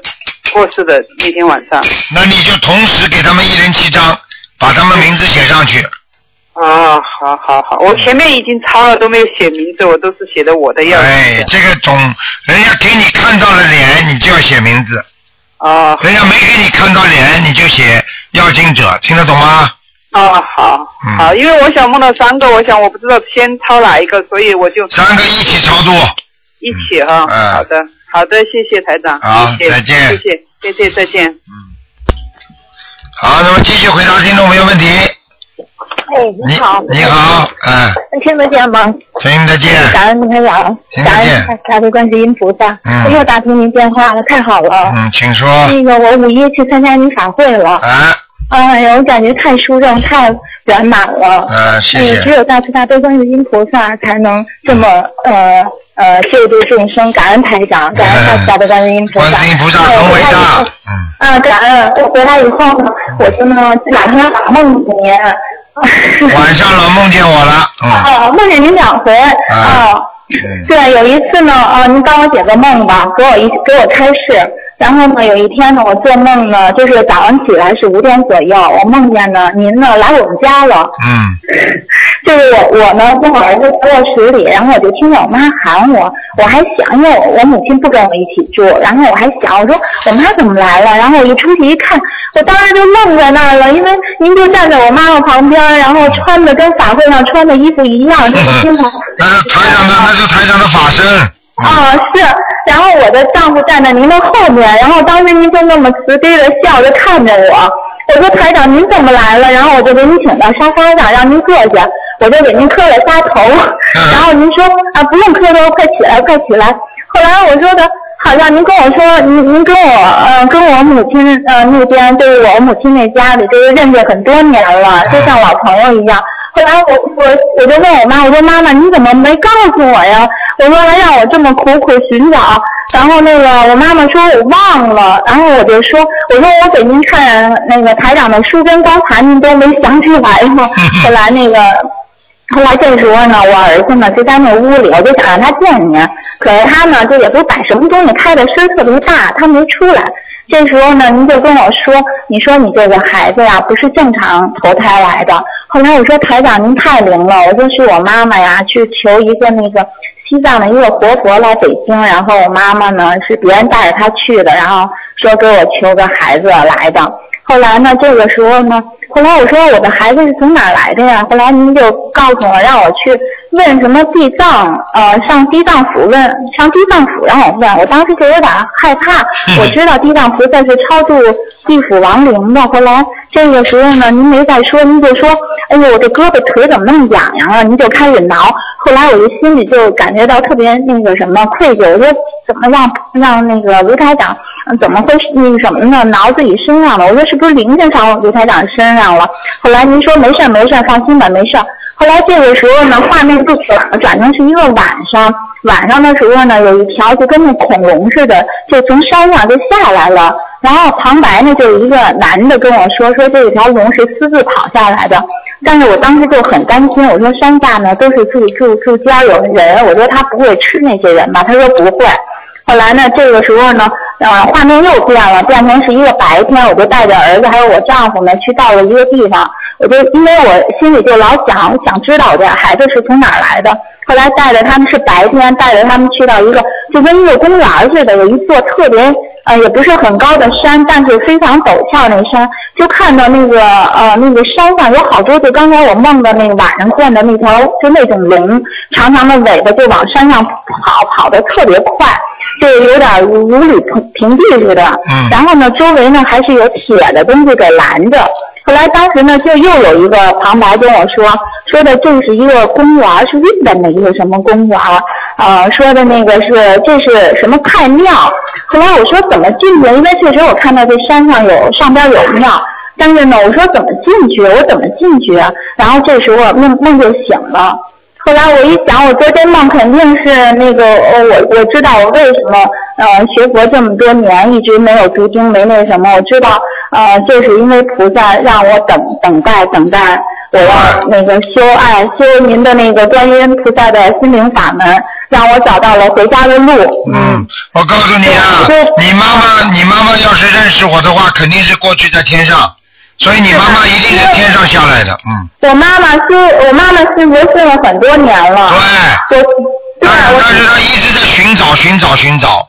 S12: 过世的那天晚上。
S2: 那你就同时给他们一人七张，把他们名字写上去。
S12: 啊，好好好，
S2: 嗯
S12: 我前面已经抄了，都没有写名字，我都是写的我的样子。
S2: 哎，这个总人家给你看到了脸，你就要写名字。
S12: 哦。
S2: 人家没给你看到脸，你就写要经者，听得懂吗？
S12: 哦，好，
S2: 嗯
S12: 好，因为我想梦到三个，我想我不知道先抄哪一个，所以我就
S2: 三个一起抄住。
S12: 一起哈。
S2: 嗯
S12: 好的，好的，谢谢台长。
S2: 好
S12: 谢谢
S2: 再见
S12: 谢
S2: 嗯
S12: 谢，谢谢，再见。
S2: 好，那么继续回答听众朋友问题。
S3: 哎，你好，
S2: 你好，哎，
S3: 听得见吗？
S2: 听得见，
S3: 感恩台长，感恩大悲观世音菩萨，
S2: 嗯
S3: 我又打通您电话了，太好了。
S2: 嗯，请说。
S3: 那个，我五一去参加您法会了。
S2: 啊。
S3: 哎呀，我感觉太殊胜，太圆满了。
S2: 啊，谢
S3: 嗯只
S2: 谢。
S3: 有大慈大悲观世音菩萨才能这么
S2: 嗯
S3: 呃呃救度众生，感恩台长，感恩大慈大悲观世音菩萨。观世音菩萨很伟
S2: 嗯
S3: 大。啊，感恩！我回来以后呢，我就呢哪天老梦见您，
S2: 晚上老梦见我了， 嗯，
S3: 啊，梦见您两回啊。对，有一次呢，啊，您帮我解个梦吧，给我一给我开示。然后呢，有一天呢，我做梦呢，就是早上起来是五点左右，我梦见呢您呢来我们家了。
S2: 嗯。
S3: 就是我我呢跟我儿子在卧室里，然后我就听见我妈喊我，我还想，因为我我母亲不跟我一起住，然后我还想，我说我妈怎么来了？然后我一出去一看，我当时就愣在那儿了，因为您就站在我妈妈旁边，然后穿的跟法会上穿的衣服一样，就是经常
S2: 那是台长的，那是台长的法身，
S3: 啊，是，然后我的丈夫站在您的后面，然后当时您就那么慈悲的笑着看着我，我说台长您怎么来了？然后我就给您请到沙发上，让您坐下，我就给您磕了仨头，然后您说啊不用磕头，快起来，快起来。后来我说的，好像您跟我说，您您跟我呃跟我母亲呃那边，就是我母亲那家里，就是认识很多年了，就像老朋友一样。后来我我我就问我妈，我说妈妈你怎么没告诉我呀？我说还让我这么苦苦寻找，然后那个我妈妈说我忘了，然后我就说我说我给您看那个台长的书跟光盘，您都没想起来吗？后来那个后来这时候呢，我儿子呢就在那屋里，我就想让他见您，可是他呢就也不摆什么东西，开的声特别大，他没出来。这时候呢，您就跟我说，你说你这个孩子呀、不是正常投胎来的。后来我说台长您太灵了，我说是我妈妈呀去求一个那个西藏的一个活佛来北京，然后我妈妈呢是别人带着她去的，然后说给我求个孩子来的。后来呢，这个时候呢，后来我说我的孩子是从哪儿来的呀？后来您就告诉我让我去问什么地藏，呃，上地藏府问，上地藏府让我问。我当时就有点害怕，我知道地藏菩萨是超度地府亡灵的。后来这个时候呢，您没再说，您就说，哎呦，我这胳膊腿怎么那么痒痒啊？您就开始挠。后来我就心里就感觉到特别那个什么愧疚，我说怎么让让那个卢台长嗯怎么会是那个什么呢？挠自己身上了，我说是不是灵性上卢台长身上了？后来您说没事儿没事儿，放心吧，没事儿。后来这个时候呢，画面就转转成是一个晚上，晚上的时候呢，有一条就跟那恐龙似的，就从山上就下来了。然后旁白呢，就有一个男的跟我说，说这条龙是私自跑下来的。但是我当时就很担心，我说山下呢都是住住住家有人，我说他不会吃那些人吧？他说不会。后来呢，这个时候呢，呃，画面又变了，变成是一个白天，我就带着儿子还有我丈夫呢，去到了一个地方，我就因为我心里就老想想知道我这孩子是从哪儿来的。后来带着他们是白天，带着他们去到一个就跟一个公园似的，有一座特别呃也不是很高的山，但是非常陡峭那山，就看到那个呃那个山上有好多就刚才我梦的那个晚上见的那条就那种龙，长长的尾巴就往山上跑，跑得特别快。就有点如履平平地似的。
S13: 嗯
S3: 然后呢，周围呢还是有铁的东西给拦着。后来当时呢，就又有一个旁白跟我说，说的这是一个公园，是日本的一个什么公园，呃，说的那个是这是什么太庙。后来我说怎么进去？因为确实我看到这山上有上边有庙。但是呢，我说怎么进去？我怎么进去啊？然后这时候梦梦就醒了，后来我一想，我做这梦肯定是那个，呃我我知道我为什么，呃，学佛这么多年一直没有读经，没那什么，我知道，呃，就是因为菩萨让我等等待等待，我要那个修爱修您的那个观音菩萨的心灵法门，让我找到了回家的路。
S2: 嗯，我告诉你啊，你妈妈，你妈妈要是认识我的话，肯定是过去在天上，所以你妈妈一定是天上下来的，嗯，
S3: 我妈妈修，我妈妈信佛信了很多年了。对。我
S2: 但是她一直在寻找，寻找，寻找，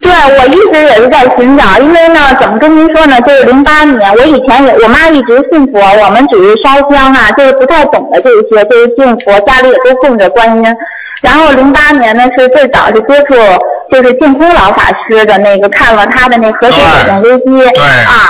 S3: 对，我一直也是在寻找，因为呢，怎么跟您说呢？就是零八年，我以前也我妈一直信佛，我们只是烧香啊，就是不太懂得这些，就是信佛，家里也都供着观音。然后零八年呢是最早是接触就是净空老法师的那个看了他的那和谐水性危机，对啊，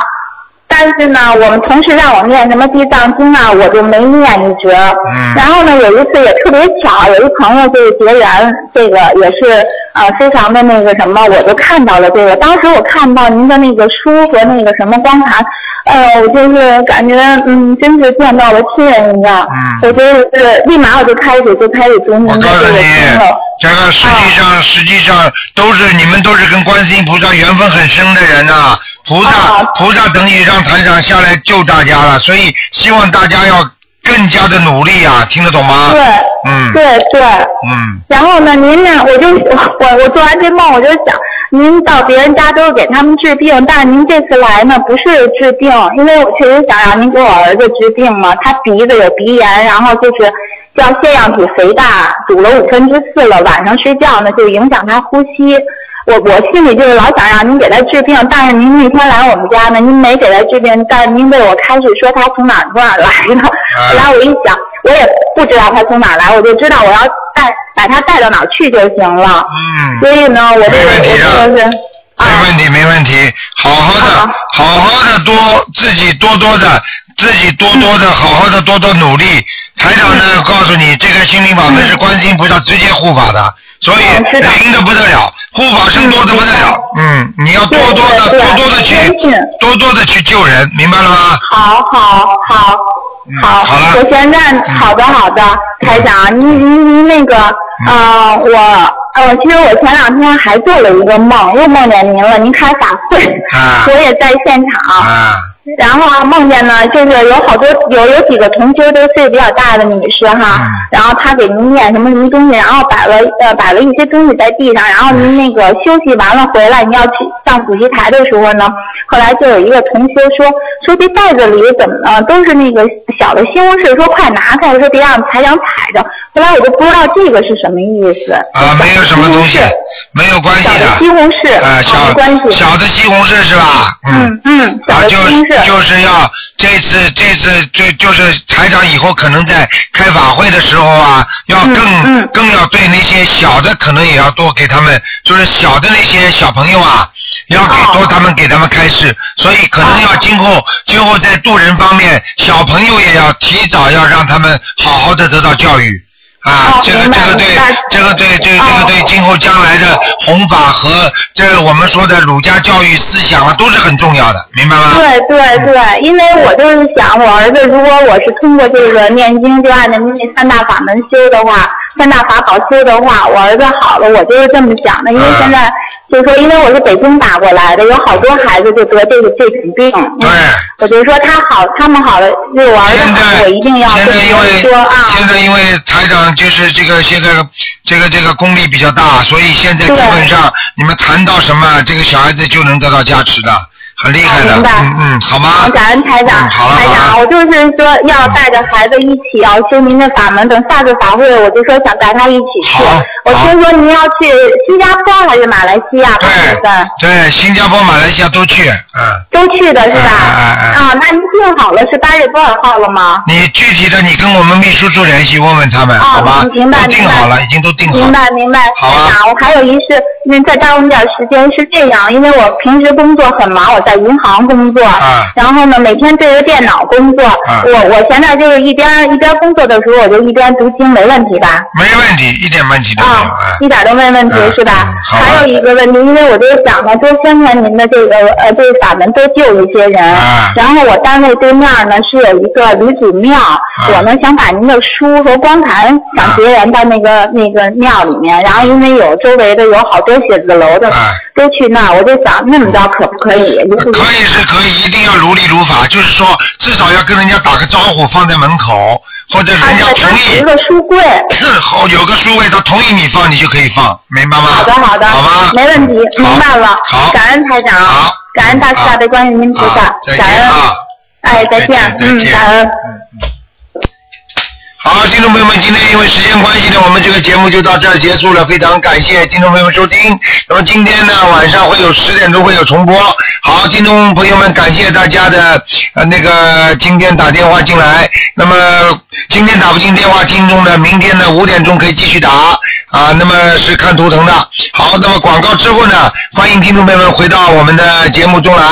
S3: 但是呢，我们同事让我念什么地藏经啊，我就没念一直。嗯。然后呢，有一次也特别巧，有一朋友就是结缘，这个也是呃非常的那个什么，我就看到了这个。当时我看到您的那个书和那个什么光盘，呃，我就是感觉嗯，真是见到了亲人一样。嗯。我就是立马我就开始就开始读您的这个经了。
S2: 这个实际上、实际上都是你们都是跟观世音菩萨缘分很深的人呐、菩萨、菩萨等于让台长下来救大家了，所以希望大家要更加的努力啊，听得懂吗？
S3: 对，
S2: 嗯，
S3: 对对。
S2: 嗯。
S3: 然后呢，您呢，我就 我我做完这梦，我就想，您到别人家都是给他们治病，但是您这次来呢，不是治病，因为我确实想让您给我儿子治病嘛，他鼻子有鼻炎，然后就是叫腺样体肥大，堵了五分之四了，晚上睡觉呢就影响他呼吸。我我心里就是老想让您给他治病，但是您那天来我们家呢，您没给他治病，但是您为我开始说他从哪儿从哪儿来的。
S2: 啊
S3: 后来我一想，我也不知道他从哪儿来，我就知道我要带把他带到哪儿去就行了。嗯。所以呢，我就我就是啊
S2: 没问题，没问题，好好的，好好的多自己多多的，自己多多
S3: 嗯
S2: 的，好好的多多努力。台长呢，告诉你，这个心灵法
S3: 嗯
S2: 门是观世音菩萨直接护法的，所以
S3: 哦
S2: 灵的不得了，护法僧多的不得了。嗯，你要多多的、
S3: 对对
S2: 多多的去
S3: 坚信，
S2: 多多的去救人，明白了吗？
S3: 好好好啊嗯好，嗯我现在好的好的，台长，您您您那个，呃，我呃，其实我前两天还做了一个梦，又梦见您了，您开法会，我也在现场。然后啊梦见呢，就是有好多有有几个同修都岁数比较大的女士哈，然后她给您念什么什么东西，然后摆了呃摆了一些东西在地上，然后您那个休息完了回来，你要去上主席台的时候呢，后来就有一个同修说说这袋子里怎么呃都是那个小的西红柿，说快拿开，说别让财长踩着。后来我就不知道这个是什么意思。
S2: 啊，没有什么东西，没有关系的。
S3: 西红柿
S2: 啊，小小的西红柿是吧？嗯
S3: 嗯，
S2: 啊，就就是要这次这次就就是台长以后可能在开法会的时候啊，要更、更要对那些小的可能也要多给他们，就是小的那些小朋友啊，要给多他们给他们开示，所以可能要今后今后在度人方面，小朋友也要提早要让他们好好的得到教育。
S3: 哦
S2: 啊，这个这个对，这个对，这个这个对，今后将来的弘法和这个我们说的儒家教育思想啊，都是很重要的，明白嗯吗？
S3: 对对对，因为我就是想，我儿子如果我是通过这个念经，就按照您那三大法门修的话，三大法宝修的话，我儿子好了，我就是这么想
S2: 嗯
S3: 的。因为现在就是说，因为我是北京打过来的，有好多孩子就得这个这种病。对。我就说他好，他们好了，就我儿子好，我一定要
S2: 现
S3: 跟
S2: 在因
S3: 他
S2: 为
S3: 说啊。
S2: 现在因为台长就是这个现在这个这个功力比较大，所以现在基本上你们谈到什么，这个小孩子就能得到加持的，很厉害的，
S3: 啊明白
S2: 嗯嗯，好吗？
S3: 感恩台长，
S2: 嗯好了嗯
S3: 台长，我就是说要带着孩子一起要修您的法门，等下次法会我就说想带他一起去。
S2: 啊
S3: 我听说您要去新加坡还是马来西亚？八月份
S2: 对，新加坡、马来西亚都去，嗯，
S3: 都去的是吧？
S2: 哎
S3: 啊，那您定好了是八月多少号了吗？
S2: 你具体的你跟我们秘书处联系，问问他们，好吧？
S3: 啊明白
S2: 都定好了，已经都定好了。啊
S3: 明白明白，台长，我还有一事，您再耽误你点时间是这样，因为我平时工作很忙，我在银行工作，
S2: 啊
S3: 然后呢每天对着电脑工作，我我现在就是一边一边工作的时候，我就一边读经，没问题吧？
S2: 没问题，一点问题都没有。啊
S3: 一点都没问题、
S2: 嗯
S3: 是吧？还有一个问题，因为我就想呢，多宣传您的这个呃这个法门，多救一些人。
S2: 啊
S3: 然后我单位对面呢是有一个吕祖庙，
S2: 啊
S3: 我呢想把您的书和光盘想结缘到那个、那个庙里面，然后因为有周围的有好多写字楼的、都去那儿，我就想那么着可不可以？可
S2: 以是啊可以，一定要如理如法，就是说至少要跟人家打个招呼，放在门口，或者人
S3: 啊
S2: 家同意。
S3: 一个书 柜。
S2: 好，有个书柜，他同意你放，你就可以放，明白吗？
S3: 好的，好的，没问题，明白了。感恩台长，感恩大慈大悲观世音菩萨，
S2: 再见
S3: 感恩
S2: 啊，
S3: 哎，再见，嗯，感恩。
S2: 好，听众朋友们，今天因为时间关系呢，我们这个节目就到这儿结束了。非常感谢听众朋友们收听。那么今天呢，晚上会有十点钟会有重播。好，听众朋友们，感谢大家的呃那个今天打电话进来。那么今天打不进电话，听众呢，明天呢五点钟可以继续打啊。那么是看图腾的。好，那么广告之后呢，欢迎听众朋友们回到我们的节目中来。